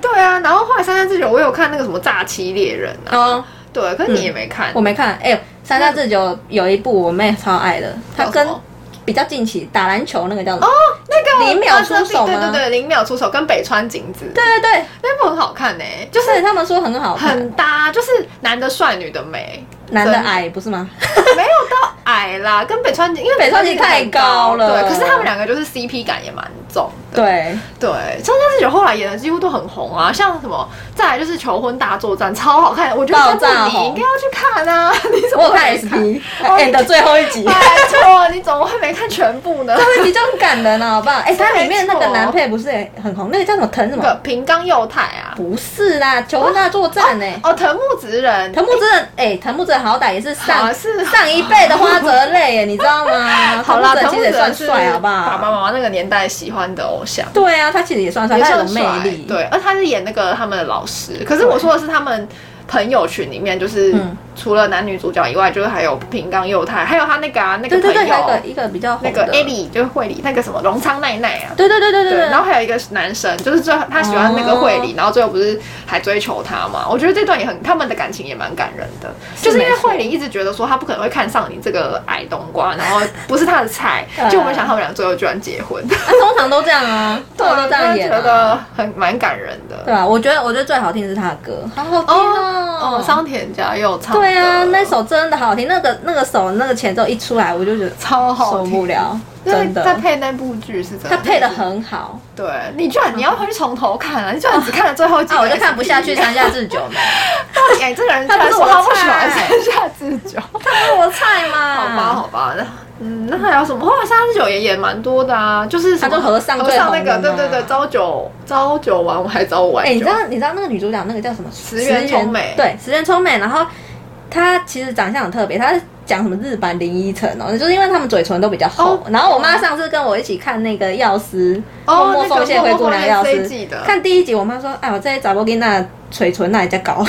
Speaker 2: 对啊。然后后来三三之久，我有看那个什么《诈欺猎人》啊，
Speaker 1: 哦，
Speaker 2: 对，可是你也没看，哦
Speaker 1: 我没看。哎、三下智久有一部我妹超爱的，她
Speaker 2: 叫什
Speaker 1: 跟
Speaker 2: 么哦
Speaker 1: 比较近期打篮球那个叫什么？
Speaker 2: 那个
Speaker 1: 零秒出手
Speaker 2: 对
Speaker 1: 吗
Speaker 2: 对对，零秒出手跟北川景子，
Speaker 1: 对对对，
Speaker 2: (laughs) 那部很好看呢，就是
Speaker 1: 所以他们说很好看，
Speaker 2: 很搭，就是男的帅，女的美，
Speaker 1: 男的
Speaker 2: 真
Speaker 1: 矮不是吗？
Speaker 2: 没有到矮啦，跟北川景，因为
Speaker 1: 北川景
Speaker 2: 北
Speaker 1: 太高了
Speaker 2: 对，可是他们两个就是 CP 感也蛮重的。
Speaker 1: 对，
Speaker 2: 对，山下智久后来演的几乎都很红啊，像什么，再来就是《求婚大作战》，超好看，我觉
Speaker 1: 爆
Speaker 2: 得
Speaker 1: 炸
Speaker 2: 这部你
Speaker 1: 红
Speaker 2: 应该要去看啊！ (laughs) 你怎
Speaker 1: 我
Speaker 2: 么
Speaker 1: 有
Speaker 2: 会
Speaker 1: 看
Speaker 2: 没
Speaker 1: S P
Speaker 2: 哦
Speaker 1: and 的最后一集。
Speaker 2: 拜托，你怎么会没看全部呢？
Speaker 1: 这一集就很感人了，好不好？哎、它里面那个
Speaker 2: 没错
Speaker 1: 男配不是也很红，那个叫什么藤什
Speaker 2: 那
Speaker 1: 么？
Speaker 2: 个平冈佑太啊，
Speaker 1: 不是啦，《求婚大作战》呢、
Speaker 2: 哦，藤木直人，
Speaker 1: 藤木真的，哎、藤木真的好歹也是上、
Speaker 2: 好是
Speaker 1: 上一辈的花泽类耶，你知道吗？
Speaker 2: 哎好啦，
Speaker 1: 藤
Speaker 2: 藤
Speaker 1: 木
Speaker 2: 木
Speaker 1: 真
Speaker 2: 直
Speaker 1: 的其实也算
Speaker 2: 人是
Speaker 1: 帅，好不
Speaker 2: 爸爸
Speaker 1: 好？
Speaker 2: 妈妈那个年代喜欢的偶像。
Speaker 1: 对啊，他其实也算帅，
Speaker 2: 也
Speaker 1: 他有
Speaker 2: 算
Speaker 1: 魅
Speaker 2: 帅，
Speaker 1: 力。
Speaker 2: 对，而他是演那个他们的老师，可是我说的是他们朋友群里面，就是
Speaker 1: 嗯
Speaker 2: 除了男女主角以外，就是还有平冈佑太，还有他那个啊那个
Speaker 1: 对
Speaker 2: 朋
Speaker 1: 对
Speaker 2: 友
Speaker 1: 对，还有一个一个比较红
Speaker 2: 那
Speaker 1: 的
Speaker 2: 个 e l l i 就是惠里那个什么荣昌奈奈啊。
Speaker 1: 对对对对对哦
Speaker 2: 对，
Speaker 1: 对，
Speaker 2: 然后还有一个男生，就是最后他喜欢那个惠里，然后最后不是还追求她嘛？我觉得这段也很，他们的感情也蛮感人的，
Speaker 1: 是
Speaker 2: 就是因为
Speaker 1: 没错
Speaker 2: 惠里一直觉得说他不可能会看上你这个矮冬瓜，然后不是他
Speaker 1: (laughs)
Speaker 2: 的菜
Speaker 1: 嗯，
Speaker 2: 就我没想到他们俩最后居然结
Speaker 1: (laughs)
Speaker 2: 婚，
Speaker 1: 啊通常都这样啊，通常都这样演、
Speaker 2: 我真的觉
Speaker 1: 啊，
Speaker 2: 得很蛮感人的。
Speaker 1: 对吧、啊我觉得我觉得最好听是他的歌，好好听哦。
Speaker 2: 哦，桑田佳佑唱的，
Speaker 1: 对啊，那首真的好听，那个那个手那个前奏一出来，我就觉得
Speaker 2: 超好
Speaker 1: 受不
Speaker 2: 听，
Speaker 1: 了，
Speaker 2: 因为
Speaker 1: 真
Speaker 2: 在
Speaker 1: 的，
Speaker 2: 配那部剧是真的，
Speaker 1: 他配的很好。
Speaker 2: 对，你居然你要回去从头看啊，你居然只看了最后一集，
Speaker 1: 啊，我就看不下
Speaker 2: (laughs)
Speaker 1: 去山下智久嘛，
Speaker 2: 到 (laughs) 底哎，这个人居然说他不喜欢山下智 (laughs) 久，
Speaker 1: (laughs) 他不是我菜
Speaker 2: 好吧，
Speaker 1: 嘛。
Speaker 2: 好吧，那嗯，那还有什么？后来山下智久也演蛮多的啊，就是什么
Speaker 1: 他就和尚
Speaker 2: 和尚那
Speaker 1: 最
Speaker 2: 个，
Speaker 1: 红的
Speaker 2: 对
Speaker 1: 嘛
Speaker 2: 对对，朝九朝九晚五还朝五晚
Speaker 1: 哎、
Speaker 2: 九，
Speaker 1: 你知道你知道那个女主角那个叫什么？石
Speaker 2: 啊原聪美
Speaker 1: 对，石原聪美。然后她其实长相很特别，她是讲什么日版林依晨哦，就是因为她们嘴唇都比较厚。
Speaker 2: 哦
Speaker 1: 然后我妈上次跟我一起看那个药师，
Speaker 2: 哦
Speaker 1: 默默奉献灰姑娘药
Speaker 2: 那个默默奉献
Speaker 1: 师
Speaker 2: 这一季的，
Speaker 1: 看第一集，我妈说，哎，我这些杂波给那嘴唇那也在
Speaker 2: (laughs)
Speaker 1: 搞。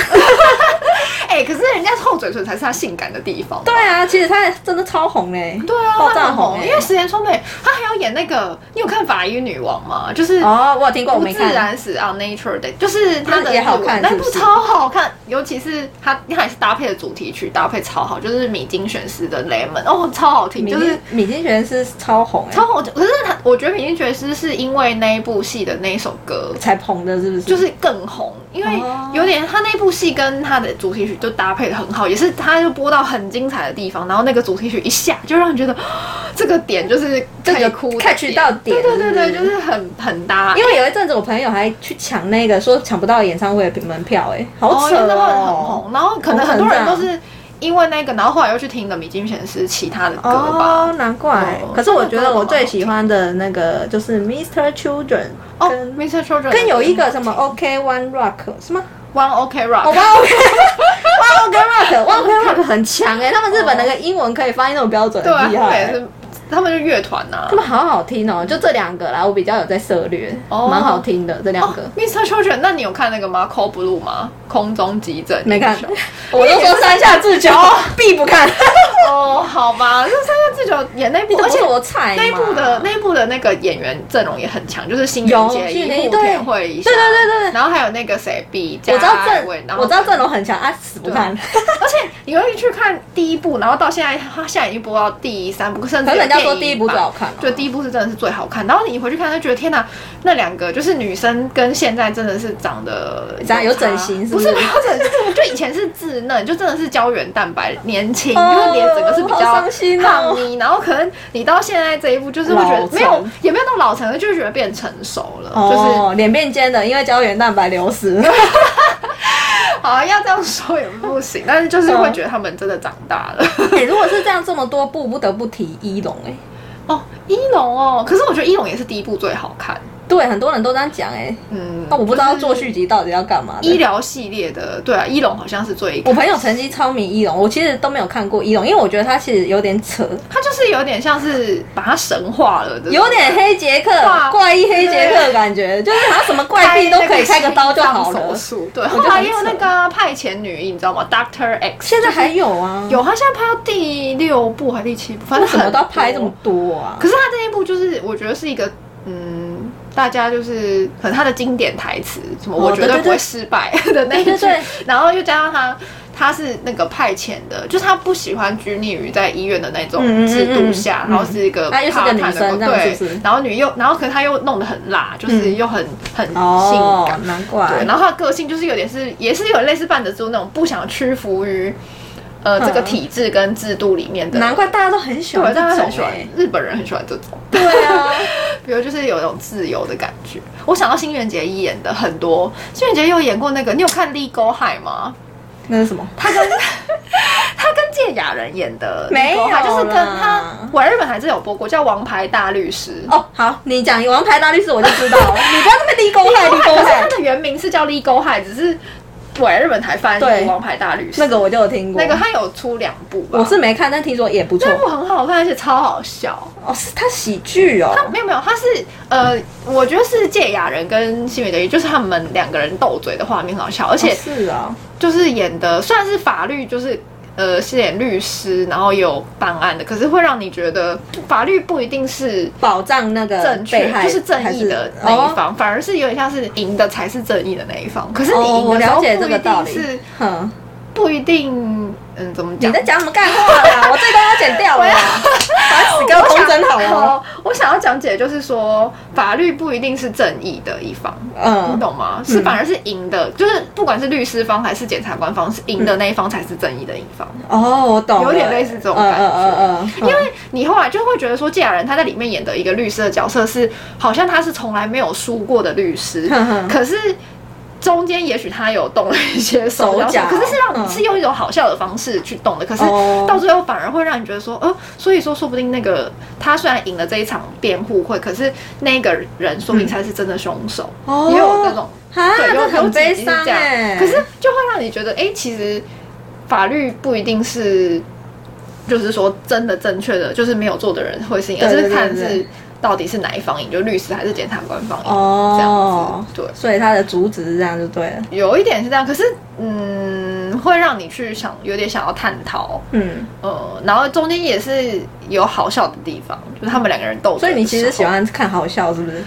Speaker 2: 哎、可是人家厚嘴唇才是他性感的地方。
Speaker 1: 对啊，其实她真的超红嘞、
Speaker 2: 对啊，
Speaker 1: 爆
Speaker 2: 她
Speaker 1: 炸
Speaker 2: 很
Speaker 1: 红
Speaker 2: 红，
Speaker 1: 欸
Speaker 2: 因为石原聪美，她还要演那个，你有看《法医女王》吗？就是
Speaker 1: 哦，我有听过，我
Speaker 2: 不
Speaker 1: 没
Speaker 2: 自
Speaker 1: 看。
Speaker 2: 然死啊，Nature Day，就是它的
Speaker 1: 那也好看
Speaker 2: 那
Speaker 1: 是
Speaker 2: 部
Speaker 1: 不是
Speaker 2: 超好看，尤其是它，它也是搭配的主题曲，搭配超好，就是米津玄师的 Lemon，哦，超好听，
Speaker 1: 米
Speaker 2: 就
Speaker 1: 津
Speaker 2: 是
Speaker 1: 米津玄师超红哎、
Speaker 2: 超好。可是它，我觉得米津玄师是因为那一部戏的那一首歌。
Speaker 1: 才红的，是不是？
Speaker 2: 就是更红，因为
Speaker 1: 哦
Speaker 2: 有点他那部戏跟他的主题曲就搭配的很好，也是他就播到很精彩的地方，然后那个主题曲一下就让你觉得 (gasps) 啊这个点就是可以
Speaker 1: 个
Speaker 2: 哭的
Speaker 1: catch 到点
Speaker 2: 对对对对，
Speaker 1: 是
Speaker 2: 就
Speaker 1: 不是
Speaker 2: 是很很
Speaker 1: (laughs)
Speaker 2: 搭，
Speaker 1: 因为有一阵子我朋友还去抢那个，说抢不到演唱会的门票、哎，好
Speaker 2: 哦，
Speaker 1: 扯
Speaker 2: 因为那会很
Speaker 1: 哦。
Speaker 2: 红，然后可能很多人都是因为那个，然后后来又去听了米津玄师其他的歌吧。
Speaker 1: 哦，难怪。
Speaker 2: 哦
Speaker 1: 可是我觉得我
Speaker 2: 真的蛮好听
Speaker 1: 最喜欢的那个就是 Mr. Children，
Speaker 2: 哦
Speaker 1: 跟
Speaker 2: ，Mr. Children
Speaker 1: 跟有一个什么 OK One Rock 是吗？
Speaker 2: One OK
Speaker 1: 哦
Speaker 2: Rock，
Speaker 1: 哇 OK (laughs) One OK Rock One OK Rock 很强哎、他们日本那个英文可以发音那种标准，
Speaker 2: 对啊，
Speaker 1: 很厉
Speaker 2: 他
Speaker 1: 害
Speaker 2: 们也
Speaker 1: 欸、
Speaker 2: 是，他们就乐团啊呐
Speaker 1: 他。们好好听哦、就这两个啦，我比较有在涉猎，
Speaker 2: 哦
Speaker 1: 蛮好听的这两
Speaker 2: 哦
Speaker 1: 个。
Speaker 2: ，Mr. Children，那你有看那个吗？Cold Blue 吗？空中急诊
Speaker 1: 没看
Speaker 2: 英雄
Speaker 1: 我都说山下智久必不看，
Speaker 2: 哦，好吧， (laughs) 就是山下智久演那部，
Speaker 1: 而
Speaker 2: 而
Speaker 1: (laughs)
Speaker 2: 且
Speaker 1: 且我菜嘛
Speaker 2: 那一部的那一部的那个演员阵容也很强，就是新
Speaker 1: 有
Speaker 2: 垣结
Speaker 1: 新垣
Speaker 2: 衣、户
Speaker 1: 对
Speaker 2: 田惠一，
Speaker 1: 对对对对对
Speaker 2: 然后还有那个谁，比
Speaker 1: 我
Speaker 2: 嘉
Speaker 1: 知道
Speaker 2: 爱薇然
Speaker 1: 郑，
Speaker 2: 后
Speaker 1: 我知道郑容很强啊，死不看，
Speaker 2: 而且你会去看第一部，然后到现在，它现在已经播到第三部，甚至
Speaker 1: 可是人家说
Speaker 2: 有
Speaker 1: 第
Speaker 2: 电
Speaker 1: 一
Speaker 2: 影
Speaker 1: 部最
Speaker 2: 版
Speaker 1: 好看哦
Speaker 2: 对，第一部是真的是最好看。然后你回去看，就觉得天哪，那两个就是女生跟现在真的是长得
Speaker 1: 长有
Speaker 2: 差
Speaker 1: 整形是
Speaker 2: 不
Speaker 1: 不
Speaker 2: 是
Speaker 1: 是
Speaker 2: 没有整形，就以前是稚嫩，就真的是胶原蛋白，年轻，
Speaker 1: 哦
Speaker 2: 就是脸整个是比较
Speaker 1: 好伤心哦
Speaker 2: 胖妮。然后可能你到现在这一步，就是会觉
Speaker 1: 老成
Speaker 2: 得没有，也没有到老成，就是觉得变成熟了，就是
Speaker 1: 哦，脸变尖的，因为胶原蛋白流失。 (laughs)
Speaker 2: 好啊要这样说也不行，但是就是会觉得他们真的长大了。
Speaker 1: 哎如果是这样这么多部，不得不提一龙哎，
Speaker 2: 哦，一龙哦，可是我觉得一龙也是第一部最好看。
Speaker 1: 对，很多人都这样讲哎，
Speaker 2: 嗯，
Speaker 1: 那我不知道做续集到底要干嘛
Speaker 2: 医
Speaker 1: 的。
Speaker 2: 疗系列的，对啊，一龙好像是最，
Speaker 1: 我朋友曾经超迷一龙，我其实都没有看过一龙，因为我觉得他其实有点扯，
Speaker 2: 他就是有点像是把它神化了的，
Speaker 1: 有点黑杰克
Speaker 2: 哇
Speaker 1: 怪异黑杰克的感觉，就是好像什么怪癖都可以开个刀就好了
Speaker 2: 开那个心脏手。术对，
Speaker 1: 觉得
Speaker 2: 后来也有
Speaker 1: 很扯
Speaker 2: 那个啊派遣女医，你知道吗？Doctor X，
Speaker 1: 现在还有啊，
Speaker 2: 有，他现在拍到第六部还是第七部，反
Speaker 1: 为
Speaker 2: 正
Speaker 1: 什么
Speaker 2: 很
Speaker 1: 都要拍这
Speaker 2: 多
Speaker 1: 么多啊？
Speaker 2: 可是他这一部就是，我觉得是一个，嗯，大家就是可能他的经典台词，什么
Speaker 1: 哦
Speaker 2: 我绝
Speaker 1: 对
Speaker 2: 对
Speaker 1: 对
Speaker 2: 不
Speaker 1: 对
Speaker 2: 会失败的那一句，
Speaker 1: 对对对
Speaker 2: 然后又加上他他是那个派遣的，就是他不喜欢拘泥于在医院的那
Speaker 1: 嗯嗯嗯
Speaker 2: 种制度下，
Speaker 1: 嗯
Speaker 2: 然后是一个
Speaker 1: 她又是个女
Speaker 2: part-time 的
Speaker 1: 生
Speaker 2: 工
Speaker 1: 这样
Speaker 2: 对
Speaker 1: 是不是
Speaker 2: 然后女又，然后可是他又弄得很辣，就是
Speaker 1: 嗯
Speaker 2: 又很、很性
Speaker 1: 哦
Speaker 2: 感，，
Speaker 1: 难怪。
Speaker 2: 对，然后他的个性就是有点是，也是有点类似半泽猪那种不想屈服于。呃，这个
Speaker 1: 嗯
Speaker 2: 体制跟制度里面的，
Speaker 1: 难怪大家都很喜欢
Speaker 2: 对，
Speaker 1: 这
Speaker 2: 大家
Speaker 1: 种
Speaker 2: 很喜欢
Speaker 1: 欸，
Speaker 2: 日本人很喜欢这种，
Speaker 1: 对啊，
Speaker 2: 比如就是有一种自由的感觉。我想到新垣结衣演的很多，新垣结衣有演过那个，你有看《Legal High》吗？
Speaker 1: 那是什么？
Speaker 2: 他跟他跟芥雅人演的 Legal High，
Speaker 1: 没有啦
Speaker 2: 就是跟他我来日本还是有播过，叫《王牌大律师》。
Speaker 1: 哦，好，你讲《王牌大律师》我就知道了，你不要这么低公害，低
Speaker 2: 哦可
Speaker 1: 公
Speaker 2: 是他
Speaker 1: 害。
Speaker 2: 的原名是叫《Legal High》，只是我来日本台翻译
Speaker 1: 对
Speaker 2: 《王牌大律师》。
Speaker 1: 那个我就有听过，
Speaker 2: (laughs) 那个他有出两部吧？
Speaker 1: 我是没看，但听说也不错
Speaker 2: 那。部很好看，而且超好笑。
Speaker 1: 哦，是他喜剧哦，
Speaker 2: 没有没有，他是呃，我觉得是芥雅人跟新美德一，就是他们两个人斗嘴的画面很好笑，而
Speaker 1: 而
Speaker 2: 且
Speaker 1: 哦是啊，
Speaker 2: 就是演的虽然是法律就是呃是演律师，然后有办案的，可是会让你觉得法律不一定是
Speaker 1: 保障那个
Speaker 2: 正
Speaker 1: 被
Speaker 2: 确，
Speaker 1: 害
Speaker 2: 就是正义的那
Speaker 1: 还
Speaker 2: 一
Speaker 1: 是哦
Speaker 2: 方，反而是有点像是赢的才是正义的那一方。可是你
Speaker 1: 哦
Speaker 2: 赢
Speaker 1: 我
Speaker 2: 的时候
Speaker 1: 了
Speaker 2: 不一
Speaker 1: 解这个道
Speaker 2: 定
Speaker 1: 理
Speaker 2: 是
Speaker 1: 哦哼，
Speaker 2: 不一定，嗯，怎么
Speaker 1: 你
Speaker 2: 讲？
Speaker 1: 在讲什么干话
Speaker 2: (laughs)
Speaker 1: 啦？我这段要剪掉了啦，烦死，给我
Speaker 2: 我
Speaker 1: 通
Speaker 2: 想
Speaker 1: 真好哦。
Speaker 2: (laughs) 我想要讲解就是说，法律不一定是正义的一方，你
Speaker 1: 嗯，
Speaker 2: 懂吗？是反而是赢的，就是不管是律师方还是检察官方，是赢的那一方才是正义的一方。
Speaker 1: 哦，我懂了，
Speaker 2: 有点类似这种感觉
Speaker 1: 嗯嗯嗯嗯，因为
Speaker 2: 你后来就会觉得说，芥雅人他在里面演的一个律师的角色是，好像他是从来没有输过的律师，可是中间也许他有动了一些手
Speaker 1: 手脚
Speaker 2: 脚，可是是让
Speaker 1: 嗯
Speaker 2: 你是用一种好笑的方式去动的，可是
Speaker 1: 哦
Speaker 2: 到最后反而会让你觉得说，呃，所以说说不定那个他虽然赢了这一场辩护会，可是那个人说不定才是真的凶手，
Speaker 1: 嗯哦
Speaker 2: 也有这种，
Speaker 1: 啊，
Speaker 2: 对，
Speaker 1: 这
Speaker 2: 有有
Speaker 1: 很
Speaker 2: 几集
Speaker 1: 悲
Speaker 2: 是
Speaker 1: 伤
Speaker 2: 这
Speaker 1: 哎。
Speaker 2: 样，可是就会让你觉得，哎，其实法律不一定是。就是说，真的正确的，就是没有做的人会是赢，
Speaker 1: 对
Speaker 2: 而
Speaker 1: 对
Speaker 2: 是看
Speaker 1: 对对
Speaker 2: 是到底是哪一方赢，就律师还是检察官方赢。这
Speaker 1: 哦
Speaker 2: 样，子，对，
Speaker 1: 所以他的主旨是这样就对了。
Speaker 2: 有一点是这样，可是嗯，会让你去想，有点想要探讨，
Speaker 1: 嗯，
Speaker 2: 呃，然后中间也是有好笑的地方，就是他们两个人斗，
Speaker 1: 所以你其实喜，欢看好笑是不是？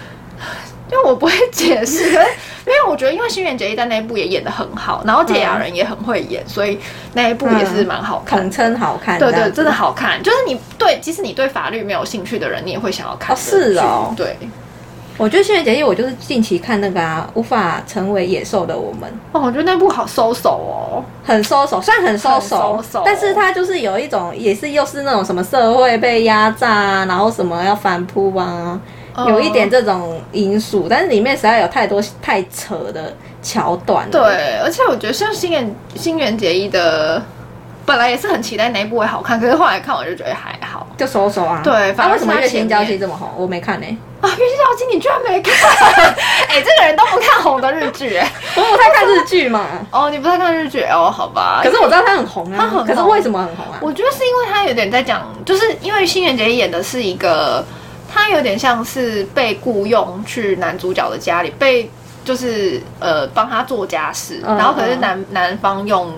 Speaker 2: 因为我不会解释， (laughs) 可是因为我觉得，因为新垣结衣在那一部也演的很好，然后解雅人也很会演，所以那一部也是蛮好看
Speaker 1: 统
Speaker 2: 的。
Speaker 1: 称好看，
Speaker 2: 对
Speaker 1: 这样
Speaker 2: 对，
Speaker 1: 子
Speaker 2: 真的好看。就是你对，即使你对法律没有兴趣的人，你也会想要看
Speaker 1: 哦
Speaker 2: 这个
Speaker 1: 是
Speaker 2: 剧
Speaker 1: 哦
Speaker 2: 对，
Speaker 1: 我觉得《新垣结衣》，我就是近期看那个啊，无法成为野兽的我们，
Speaker 2: 哦，我觉得那部好收手哦。
Speaker 1: 很收手，虽然很收手，
Speaker 2: 很收手
Speaker 1: 但是他就是有一种，也是又是那种什么社会被压榨啊，然后什么要反扑啊，
Speaker 2: 嗯
Speaker 1: 有一点这种因素，但是里面实在有太多太扯的桥段了。
Speaker 2: 对，而且我觉得像新垣新垣结衣的，本来也是很期待哪一部会好看，可是后来看我就觉得还好 (laughs)
Speaker 1: 就收手啊。
Speaker 2: 对反
Speaker 1: 那
Speaker 2: 而
Speaker 1: 为什么
Speaker 2: 是他
Speaker 1: 月薪
Speaker 2: 前
Speaker 1: 娇
Speaker 2: 面
Speaker 1: 妻这么红？我没看呢、
Speaker 2: 啊。月薪小金，你居然没看？ (laughs) 哎、这个人都不看红的日剧哎、
Speaker 1: 我不太看日剧
Speaker 2: (laughs)
Speaker 1: 嘛，
Speaker 2: 哦，你不太看日剧哦？好吧。
Speaker 1: 可是我知道他很红啊，
Speaker 2: 他很红
Speaker 1: 可是为什么很红啊？
Speaker 2: 我觉得是因为他有点在讲，就是因为新垣结衣演的是一个，他有点像是被雇佣去男主角的家里，被就是呃帮他做家事，
Speaker 1: 嗯
Speaker 2: 然后可是
Speaker 1: 嗯
Speaker 2: 男男方用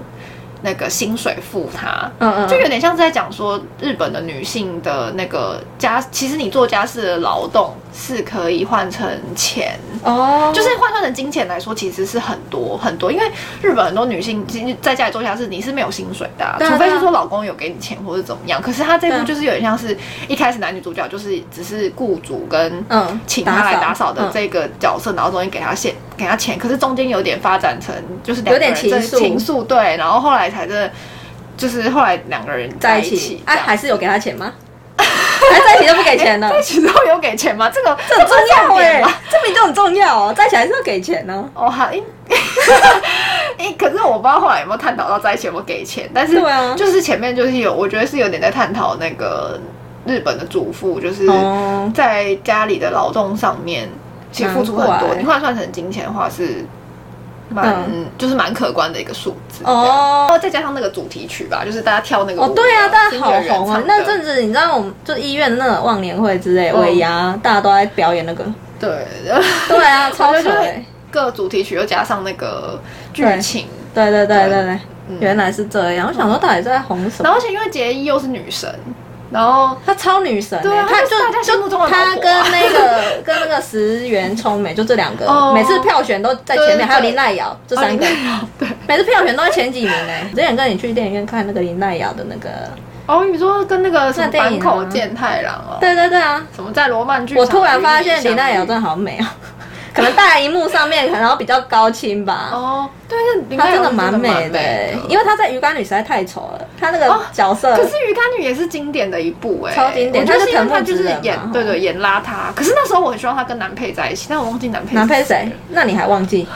Speaker 2: 那个薪水付他，
Speaker 1: 嗯嗯，
Speaker 2: 就有点像是在讲说日本的女性的那个家，其实你做家事的劳动是可以换成钱，
Speaker 1: 哦，
Speaker 2: 就是换算成金钱来说，其实是很多很多。因为日本很多女性其实在家里做家事，你是没有薪水的啊、
Speaker 1: 对啊
Speaker 2: 除非
Speaker 1: 对
Speaker 2: 是
Speaker 1: 啊
Speaker 2: 说老公有给你钱或者怎么样。可是他这
Speaker 1: 对
Speaker 2: 部
Speaker 1: 啊
Speaker 2: 就是有点像是一开始男女主角就是只是雇主跟
Speaker 1: 嗯
Speaker 2: 请他来打扫的
Speaker 1: 嗯
Speaker 2: 这个角色，然后中间给他现给他钱，可是中间有点发展成就是两
Speaker 1: 有
Speaker 2: 个
Speaker 1: 点
Speaker 2: 人真的
Speaker 1: 情愫
Speaker 2: 情愫对，然后后来才真的就是后来两个人
Speaker 1: 在
Speaker 2: 在
Speaker 1: 一起
Speaker 2: 起，
Speaker 1: 哎、
Speaker 2: 这样
Speaker 1: 还是有给他钱
Speaker 2: (laughs)
Speaker 1: 吗？还在一起都不给钱了
Speaker 2: 哎在一，起之后有给钱吗？ (laughs) 这个
Speaker 1: 这很重要哎、
Speaker 2: 点吧
Speaker 1: 这名就很重要哦，在一起还是要给钱呢、
Speaker 2: 哦，好，哎、哎，可是我不知道后来有没有探讨到在一起有没有给钱，但是
Speaker 1: 对啊
Speaker 2: 就是前面就是有，我觉得是有点在探讨那个日本的主妇，就是
Speaker 1: 哦，
Speaker 2: 在家里的劳动上面，其实付出很
Speaker 1: 难怪嗯
Speaker 2: 多，你换算成金钱的话是蛮、就是蛮可观的一个数字
Speaker 1: 哦
Speaker 2: 这样然后再加上那个主题曲吧，就是大家跳那个
Speaker 1: 哦，
Speaker 2: 舞
Speaker 1: 对啊，大家
Speaker 2: 新
Speaker 1: 好
Speaker 2: 演员
Speaker 1: 红啊
Speaker 2: 唱！
Speaker 1: 那
Speaker 2: 的
Speaker 1: 阵子你知道，我们就医院的那种忘年会之类，
Speaker 2: 嗯
Speaker 1: 尾牙，大家都在表演那
Speaker 2: (laughs)
Speaker 1: 个。
Speaker 2: 对，
Speaker 1: 对啊，超扯
Speaker 2: 就是
Speaker 1: 欸
Speaker 2: 各主题曲又加上那个剧
Speaker 1: 对
Speaker 2: 情，
Speaker 1: 对对对
Speaker 2: 对
Speaker 1: 对对，
Speaker 2: 嗯
Speaker 1: 原来是这样。我想说，到底在红什么？
Speaker 2: 然后而且因为杰伊又是女神，然后
Speaker 1: 她超女神欸，
Speaker 2: 对啊
Speaker 1: 她
Speaker 2: 她是大家
Speaker 1: 就
Speaker 2: 心目
Speaker 1: 就
Speaker 2: 中的老
Speaker 1: 她
Speaker 2: 婆啊
Speaker 1: 跟那个跟那个石原聪美就这两个，
Speaker 2: (laughs) 哦
Speaker 1: 每次票选都在前
Speaker 2: 对对
Speaker 1: 面，还有
Speaker 2: 对
Speaker 1: 林奈瑶这三个，
Speaker 2: 哦 (laughs) 对，
Speaker 1: 每次票选都在前几名哎。之前跟你去电影院看那个林奈瑶的那个，
Speaker 2: 哦，你说跟那个什么
Speaker 1: 那电
Speaker 2: 坂
Speaker 1: 影啊
Speaker 2: 口健太郎哦，
Speaker 1: (laughs) 对对对啊，
Speaker 2: 什么在罗曼剧，
Speaker 1: 我突然发现林奈瑶真的好美啊， (laughs) 可能大荧幕上面，可能要比较高清吧。
Speaker 2: 哦，对，是林
Speaker 1: 她
Speaker 2: 奈
Speaker 1: 真
Speaker 2: 瑶
Speaker 1: 的
Speaker 2: 真
Speaker 1: 蛮
Speaker 2: 的
Speaker 1: 美的欸，因为她在《鱼竿女》实在太丑了，她那个
Speaker 2: 哦
Speaker 1: 角色
Speaker 2: 可是《鱼干女》也是经典的一部哎、
Speaker 1: 超经典
Speaker 2: 我觉得是因
Speaker 1: 她是
Speaker 2: 为她
Speaker 1: 藤木
Speaker 2: 就
Speaker 1: 直
Speaker 2: 是
Speaker 1: 人嘛
Speaker 2: 演
Speaker 1: 吼
Speaker 2: 对对演邋遢，可是那时候我很希望她跟男配在一起，但我忘记男配是
Speaker 1: 男配谁？那你还忘 (laughs) 记？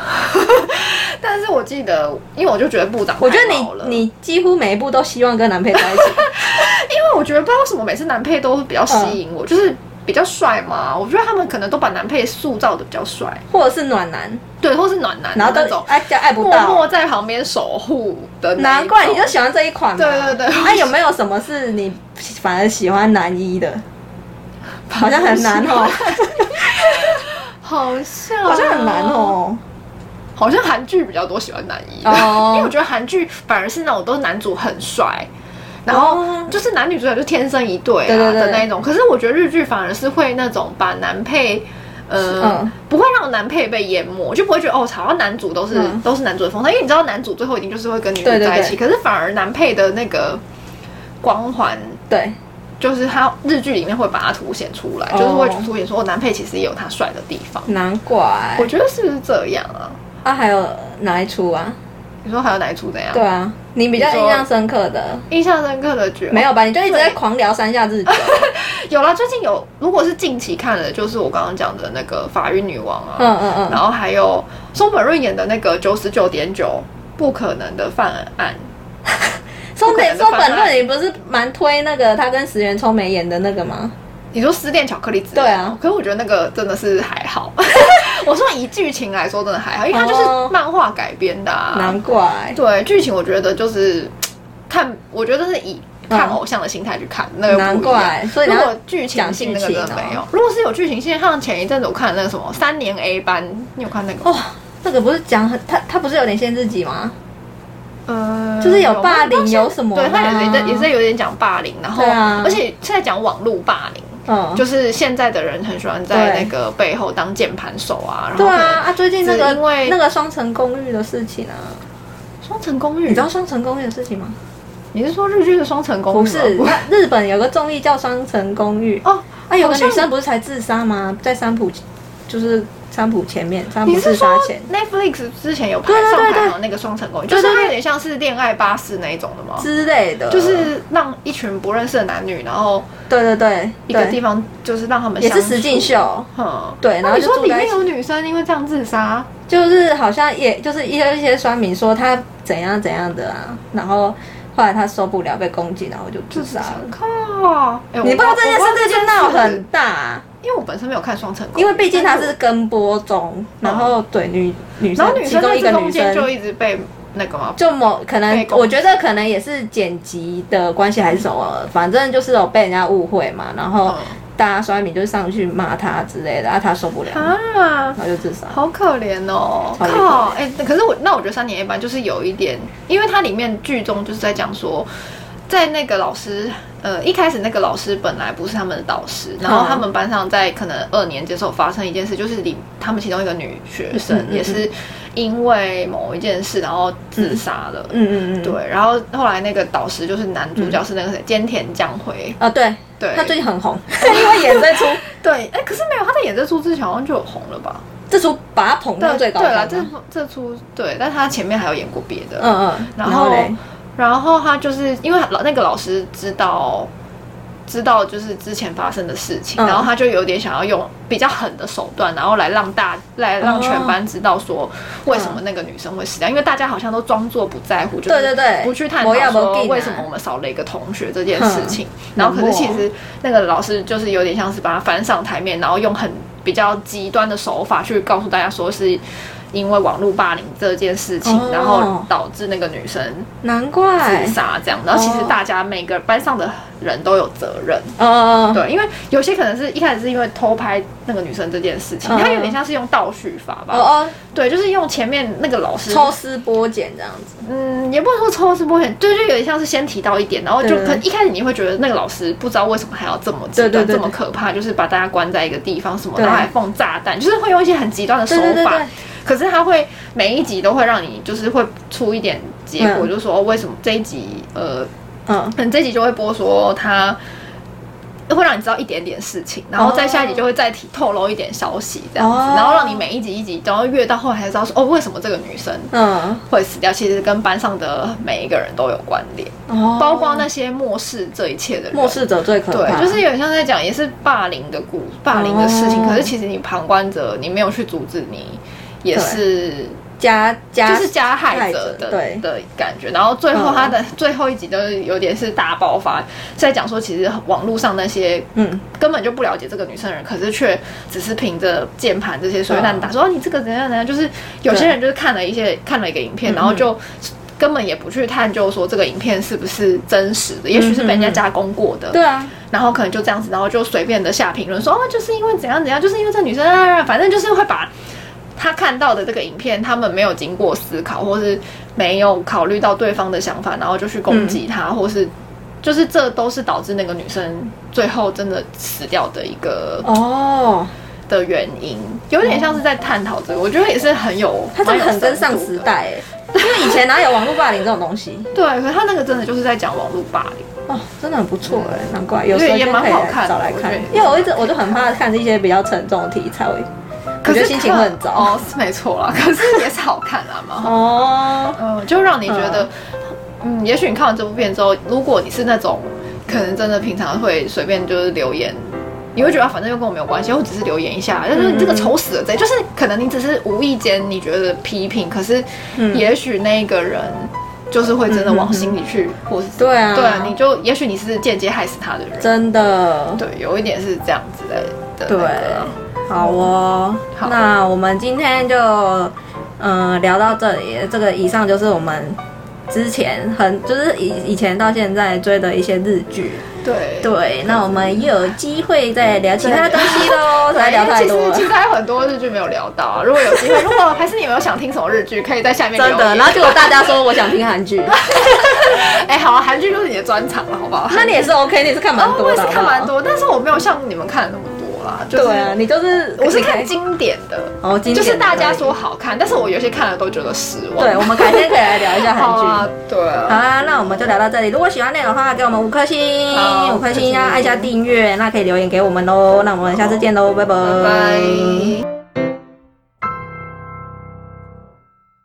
Speaker 2: 但是我记得，因为我就觉得部长
Speaker 1: 我觉得
Speaker 2: 太老了
Speaker 1: 你你几乎每一部都希望跟男配在 (laughs) 一起，
Speaker 2: 因为我觉得不知道为什么每次男配都比较吸
Speaker 1: 嗯
Speaker 2: 引我，就是比较帅嘛，我觉得他们可能都把男配塑造的比较帅，
Speaker 1: 或者是暖男，
Speaker 2: 对，或是暖男的
Speaker 1: 然后
Speaker 2: 那
Speaker 1: 都
Speaker 2: 种。
Speaker 1: 爱叫爱不
Speaker 2: 默
Speaker 1: 到。
Speaker 2: 默在旁边守护的那
Speaker 1: 难
Speaker 2: 一种，
Speaker 1: 怪你就喜欢这一款嘛。
Speaker 2: 对对对
Speaker 1: 那、有没有什么是你反而喜欢男一的？好像很难哦，
Speaker 2: 好像
Speaker 1: 啊好像很难，哦。
Speaker 2: 好像韩剧比较多喜欢男一的，
Speaker 1: 哦
Speaker 2: 因为我觉得韩剧反而是那种都是男主很帅，然后
Speaker 1: 哦
Speaker 2: 就是男女主角就天生一对
Speaker 1: 对对
Speaker 2: 啊
Speaker 1: 对
Speaker 2: 的那一种。可是我觉得日剧反而是会那种把男配。呃、
Speaker 1: 嗯
Speaker 2: 不会让男配被淹没，就不会觉得哦，好像男主都是、
Speaker 1: 嗯
Speaker 2: 都是男主的风采，因为你知道男主最后一定就是会跟女主
Speaker 1: 对对
Speaker 2: 在一起，可是反而男配的那个光环
Speaker 1: 对，
Speaker 2: 就是他日剧里面会把它凸显出来，
Speaker 1: 哦
Speaker 2: 就是会凸显说，哦，男配其实也有他帅的地方。
Speaker 1: 难怪
Speaker 2: 我觉得是不是这样啊？
Speaker 1: 啊，还有哪一出啊？
Speaker 2: 你说还有哪一出怎样？
Speaker 1: 对，啊，你比较
Speaker 2: 你
Speaker 1: 印
Speaker 2: 说
Speaker 1: 象深刻的
Speaker 2: 印象深刻的剧
Speaker 1: 没有吧？你就一直在
Speaker 2: 哦对
Speaker 1: 狂聊三下日
Speaker 2: (laughs)
Speaker 1: 久，
Speaker 2: 有啦，最近有，如果是近期看的，就是我刚刚讲的那个《法律女王》啊，
Speaker 1: 嗯嗯
Speaker 2: 然
Speaker 1: 嗯，
Speaker 2: 后还有松本润演的那个《九十九点九不可能的犯案
Speaker 1: 松本
Speaker 2: 不可能的
Speaker 1: 松本
Speaker 2: 翻
Speaker 1: 润
Speaker 2: 拍
Speaker 1: 你不是蛮推那个他跟石原聪美演的那个吗？》。
Speaker 2: 你说失恋巧克力之类的
Speaker 1: 对啊
Speaker 2: 可是我觉得那个真的是还好。 (laughs) 我说以剧情来说真的还好，因为它就
Speaker 1: 哦
Speaker 2: 是漫画改编的、啊。
Speaker 1: 难怪，
Speaker 2: 对剧情，我觉得就是看，我觉得是以看偶像的心态去看，那个
Speaker 1: 嗯难
Speaker 2: 不一样。
Speaker 1: 怪，所以
Speaker 2: 如
Speaker 1: 你
Speaker 2: 果
Speaker 1: 要
Speaker 2: 剧情性那个真的
Speaker 1: 讲剧
Speaker 2: 没
Speaker 1: 情
Speaker 2: 有
Speaker 1: 哦，
Speaker 2: 如果是有剧情性，像前一阵子我看那个什么《三年 A 班》，你有看那个吗？
Speaker 1: 哦那个不是讲很他他不是有点限制级吗？
Speaker 2: 呃
Speaker 1: 就是有霸凌
Speaker 2: 吗
Speaker 1: 有什么
Speaker 2: 对，他
Speaker 1: 啦
Speaker 2: 也是在也是有点讲霸凌，然后
Speaker 1: 对啊
Speaker 2: 而且是在讲网络霸凌，
Speaker 1: 嗯，
Speaker 2: 就是现在的人很喜欢在
Speaker 1: 对
Speaker 2: 那个背后当键盘手啊，然后
Speaker 1: 对
Speaker 2: 可
Speaker 1: 啊
Speaker 2: 能
Speaker 1: 啊！最近那
Speaker 2: 只因
Speaker 1: 个
Speaker 2: 为
Speaker 1: 那个双层公寓的事情啊，
Speaker 2: 双层公寓，
Speaker 1: 你知道双层公寓的事情吗？
Speaker 2: 你是说日剧的双层公寓
Speaker 1: 不
Speaker 2: 吗？
Speaker 1: 是，那日本有个综艺叫《双层公寓》，
Speaker 2: 哦，
Speaker 1: 啊，有个
Speaker 2: 好像
Speaker 1: 女生不是才自杀吗？在三浦，就是三浦前面，三浦
Speaker 2: 你
Speaker 1: 自
Speaker 2: 是说
Speaker 1: 杀前
Speaker 2: Netflix 之前有排
Speaker 1: 对对
Speaker 2: 上
Speaker 1: 对
Speaker 2: 排
Speaker 1: 对
Speaker 2: 行那个双层公寓，
Speaker 1: 对对
Speaker 2: 就是它
Speaker 1: 对
Speaker 2: 有点像是恋爱巴士那一种的吗？
Speaker 1: 之类的，
Speaker 2: 就是让一群不认识的男女，然后
Speaker 1: 对对对，
Speaker 2: 一个
Speaker 1: 对
Speaker 2: 地方就是让他们
Speaker 1: 也是
Speaker 2: 相处
Speaker 1: 实境。秀，
Speaker 2: 嗯，
Speaker 1: 对然后
Speaker 2: 那你
Speaker 1: 就
Speaker 2: 说
Speaker 1: 住
Speaker 2: 里
Speaker 1: 在
Speaker 2: 面
Speaker 1: 一起
Speaker 2: 有女生因为这样自杀，
Speaker 1: 就是好像也就是一些一些酸民说他怎样怎样的啊，然后后来他受不了被攻击，然后就
Speaker 2: 就
Speaker 1: 自
Speaker 2: 是
Speaker 1: 杀了。
Speaker 2: 靠！哎我
Speaker 1: 你不知道这件事
Speaker 2: 我不
Speaker 1: 这就闹很大啊、
Speaker 2: 因为我本身没有看双层公寓，
Speaker 1: 因为毕竟他
Speaker 2: 但
Speaker 1: 是跟播中，然后对女女
Speaker 2: 然后
Speaker 1: 生
Speaker 2: 女
Speaker 1: 其
Speaker 2: 生
Speaker 1: 中
Speaker 2: 在
Speaker 1: 一个
Speaker 2: 这
Speaker 1: 女
Speaker 2: 中间就
Speaker 1: 生。
Speaker 2: 一直被那个嘛，
Speaker 1: 就某可能
Speaker 2: 被，攻击
Speaker 1: 我觉得可能也是剪辑的关系还是什么，反正就是有被人家误会嘛，然
Speaker 2: 嗯
Speaker 1: 后大家刷屏就上去骂他之类的，啊，他受不了，然
Speaker 2: 啊，
Speaker 1: 后就自杀。
Speaker 2: 好可怜哦！
Speaker 1: 超级可怜
Speaker 2: 靠，哎、可是我那我觉得三年 A 班就是有一点，因为它里面剧中就是在讲说，在那个老师，呃，一开始那个老师本来不是他们的导师，然后他们班上在可能二年级的时候发生一件事，就是里他们其中一个女学
Speaker 1: 嗯
Speaker 2: 生
Speaker 1: 嗯嗯
Speaker 2: 也是因为某一件事然后自杀了。
Speaker 1: 嗯嗯嗯，
Speaker 2: 对，然后后来那个导师就是男主角是那个谁，菅田将晖，
Speaker 1: 啊，对，
Speaker 2: 对，
Speaker 1: 嗯他最近很
Speaker 2: (laughs)
Speaker 1: 红，因为演这出，
Speaker 2: 对，哎、可是没有，他在演这出之前好像就有红了吧？
Speaker 1: 这出把他捧到
Speaker 2: 对
Speaker 1: 最高
Speaker 2: 对啦，
Speaker 1: 峰。啊
Speaker 2: 这部这出对，但他前面还有演过别的。
Speaker 1: 嗯嗯，
Speaker 2: 然
Speaker 1: 后
Speaker 2: 后
Speaker 1: 嘞，
Speaker 2: 然后他就是因为老那个老师知道知道就是之前发生的事情，
Speaker 1: 嗯
Speaker 2: 然后他就有点想要用比较狠的手段，然后来让大来让全班知道说为什么那个女生会死掉，因为大家好像都装作不在乎，就是
Speaker 1: 对对对
Speaker 2: 不去探
Speaker 1: 没要没
Speaker 2: 讨说
Speaker 1: 紧啊
Speaker 2: 为什么我们少了一个同学这件事情。
Speaker 1: 嗯
Speaker 2: 然后可是其
Speaker 1: 冷漠
Speaker 2: 实那个老师就是有点像是把他翻上台面，然后用很比较极端的手法去告诉大家说是。因为网络霸凌这件事情，
Speaker 1: 哦
Speaker 2: 然后导致那个女生
Speaker 1: 难怪
Speaker 2: 自，杀这样。然后其实
Speaker 1: 哦
Speaker 2: 大家每个班上的人都有责任，
Speaker 1: 嗯，嗯嗯
Speaker 2: 对，因为有些可能是一开始是因为偷拍那个女生这件事情，
Speaker 1: 嗯
Speaker 2: 它有点像是用倒叙法
Speaker 1: 哦
Speaker 2: 吧，
Speaker 1: 哦，
Speaker 2: 对，就是用前面那个老师，
Speaker 1: 抽丝剥茧这样子，
Speaker 2: 嗯，也不能说抽丝剥茧，对，就有点像是先提到一点，然后就
Speaker 1: 对
Speaker 2: 可能一开始你会觉得那个老师不知道为什么还要这么极
Speaker 1: 对对
Speaker 2: 端、
Speaker 1: 对
Speaker 2: 这么可怕，就是把大家关在一个地方什么，
Speaker 1: 对
Speaker 2: 然后还放炸弹，就是会用一些很极端的手
Speaker 1: 对对对
Speaker 2: 法
Speaker 1: 对，，
Speaker 2: 可是他会每一集都会让你就是会出一点结果，
Speaker 1: 嗯
Speaker 2: 就是说哦为什么这一集呃
Speaker 1: 嗯，
Speaker 2: 可能这集就会播说他会让你知道一点点事情，然后再下一集就会再提透露一点消息这样子，
Speaker 1: 哦
Speaker 2: 然后让你每一集一集，然后越到后来才知道说哦，为什么这个女生
Speaker 1: 嗯，
Speaker 2: 会死掉，其实跟班上的每一个人都有关联，
Speaker 1: 哦，
Speaker 2: 包括那些漠视这一切的人。
Speaker 1: 漠视者最可
Speaker 2: 对
Speaker 1: 怕，，
Speaker 2: 就是有点像在讲，也是霸凌的故霸凌的事情。
Speaker 1: 哦
Speaker 2: 可是其实你旁观者，你没有去阻止你，也
Speaker 1: 对
Speaker 2: 是
Speaker 1: 加加
Speaker 2: 就是加害
Speaker 1: 加害
Speaker 2: 者的
Speaker 1: 者对
Speaker 2: 的感觉。然后最后
Speaker 1: 嗯
Speaker 2: 他的、最后一集就是有点是大爆发，在讲说其实网络上那些
Speaker 1: 嗯，
Speaker 2: 根本就不了解这个女生的人，可是却只是凭着键盘这些
Speaker 1: 嗯
Speaker 2: 随便乱打，说、哦、你这个怎样怎样，就是有些人就是看了一些看了一个影片，
Speaker 1: 嗯
Speaker 2: 然后就。根本也不去探究说这个影片是不是真实的，也许是被
Speaker 1: 嗯
Speaker 2: 人家加工过的，
Speaker 1: 对啊，
Speaker 2: 然后可能就这样啊子，然后就随便的下评论说哦，就是因为怎样怎样，就是因为这女生啊，反正就是会把他看到的这个影片，他们没有经过思考，或是没有考虑到对方的想法，然后就去攻击他，
Speaker 1: 嗯
Speaker 2: 或是就是这都是导致那个女生最后真的死掉的一个
Speaker 1: 哦，
Speaker 2: 的原因，有点像是在探讨这个，我觉得也是很有，
Speaker 1: 他真的很跟上
Speaker 2: 蛮有深
Speaker 1: 时
Speaker 2: 度的。
Speaker 1: 代哎，因为以前哪有网络霸凌这种东西
Speaker 2: 对，可是他那个真的就是在讲网络霸凌。
Speaker 1: 哦，真的很不错哎，难怪有时候
Speaker 2: 也
Speaker 1: 就
Speaker 2: 蛮
Speaker 1: 可以
Speaker 2: 好
Speaker 1: 来
Speaker 2: 看的
Speaker 1: 找来
Speaker 2: 我觉
Speaker 1: 看
Speaker 2: 得，
Speaker 1: 因为我一直我就很怕看这些比较沉重的题材，我我
Speaker 2: 可
Speaker 1: 觉
Speaker 2: 是
Speaker 1: 得心情会很
Speaker 2: 看
Speaker 1: 糟
Speaker 2: 哦，是没错啦，可是也是好看啦，蛮好看的
Speaker 1: 哦，
Speaker 2: 嗯，就让你觉得，嗯，也许你看完这部片之后，如果你是那种可能真的平常会随便就是留言，你会觉得啊反正又跟我没有关系，我只是留言一下，但是
Speaker 1: 嗯
Speaker 2: 你这个丑死了贼，就是可能你只是无意间你觉得批评，可是
Speaker 1: 嗯
Speaker 2: 也许那个人就是会真的往心里去，或是
Speaker 1: 对啊，
Speaker 2: 对啊，你就也许你是间接害死他的人，
Speaker 1: 真的
Speaker 2: 对，有一点是这样子的的那
Speaker 1: 对
Speaker 2: 个啊。
Speaker 1: 好哦，
Speaker 2: 好
Speaker 1: 那我们今天就嗯、呃聊到这里，这个以上就是我们之前很就是以以前到现在追的一些日剧。
Speaker 2: 对
Speaker 1: 对，那我们又有机会再聊其他东西喽， (laughs) 哎实在聊太多
Speaker 2: 因为
Speaker 1: 了
Speaker 2: 其实其。实还有很多日剧没有聊到啊，如果有机
Speaker 1: (laughs)
Speaker 2: 会，如果还是你们有想听什么日剧，可以在下面留
Speaker 1: 真
Speaker 2: 言
Speaker 1: 的，然后结果大家说我想听韩剧，
Speaker 2: 哎、好啊，韩剧就是你的专场了，好不好？
Speaker 1: (laughs) 那你也是 OK，你也是看蛮
Speaker 2: 哦，我
Speaker 1: 多
Speaker 2: 也
Speaker 1: 的，
Speaker 2: 是看蛮
Speaker 1: 好不好。
Speaker 2: 多，但是我没有像你们看的那么多啦。就是、
Speaker 1: 对啊，你就是
Speaker 2: 我是
Speaker 1: 你可
Speaker 2: 看
Speaker 1: 以
Speaker 2: 经典的，
Speaker 1: 哦，经典的
Speaker 2: 就是大家
Speaker 1: 可以
Speaker 2: 说好看，但是我有些看了都觉得失望。
Speaker 1: 对，我们改天可以来聊一下韩
Speaker 2: 好
Speaker 1: 剧。
Speaker 2: 啊，对
Speaker 1: (laughs) 好
Speaker 2: 啊，
Speaker 1: 啦，那我们就聊到这里。如果喜欢内容的话，给我们五颗星啊
Speaker 2: 好，
Speaker 1: 五颗
Speaker 2: 五颗
Speaker 1: 哦呃
Speaker 2: 星
Speaker 1: 星要按下订阅，那可以留言给我们喽。那我们下次见喽，拜拜
Speaker 2: 拜拜。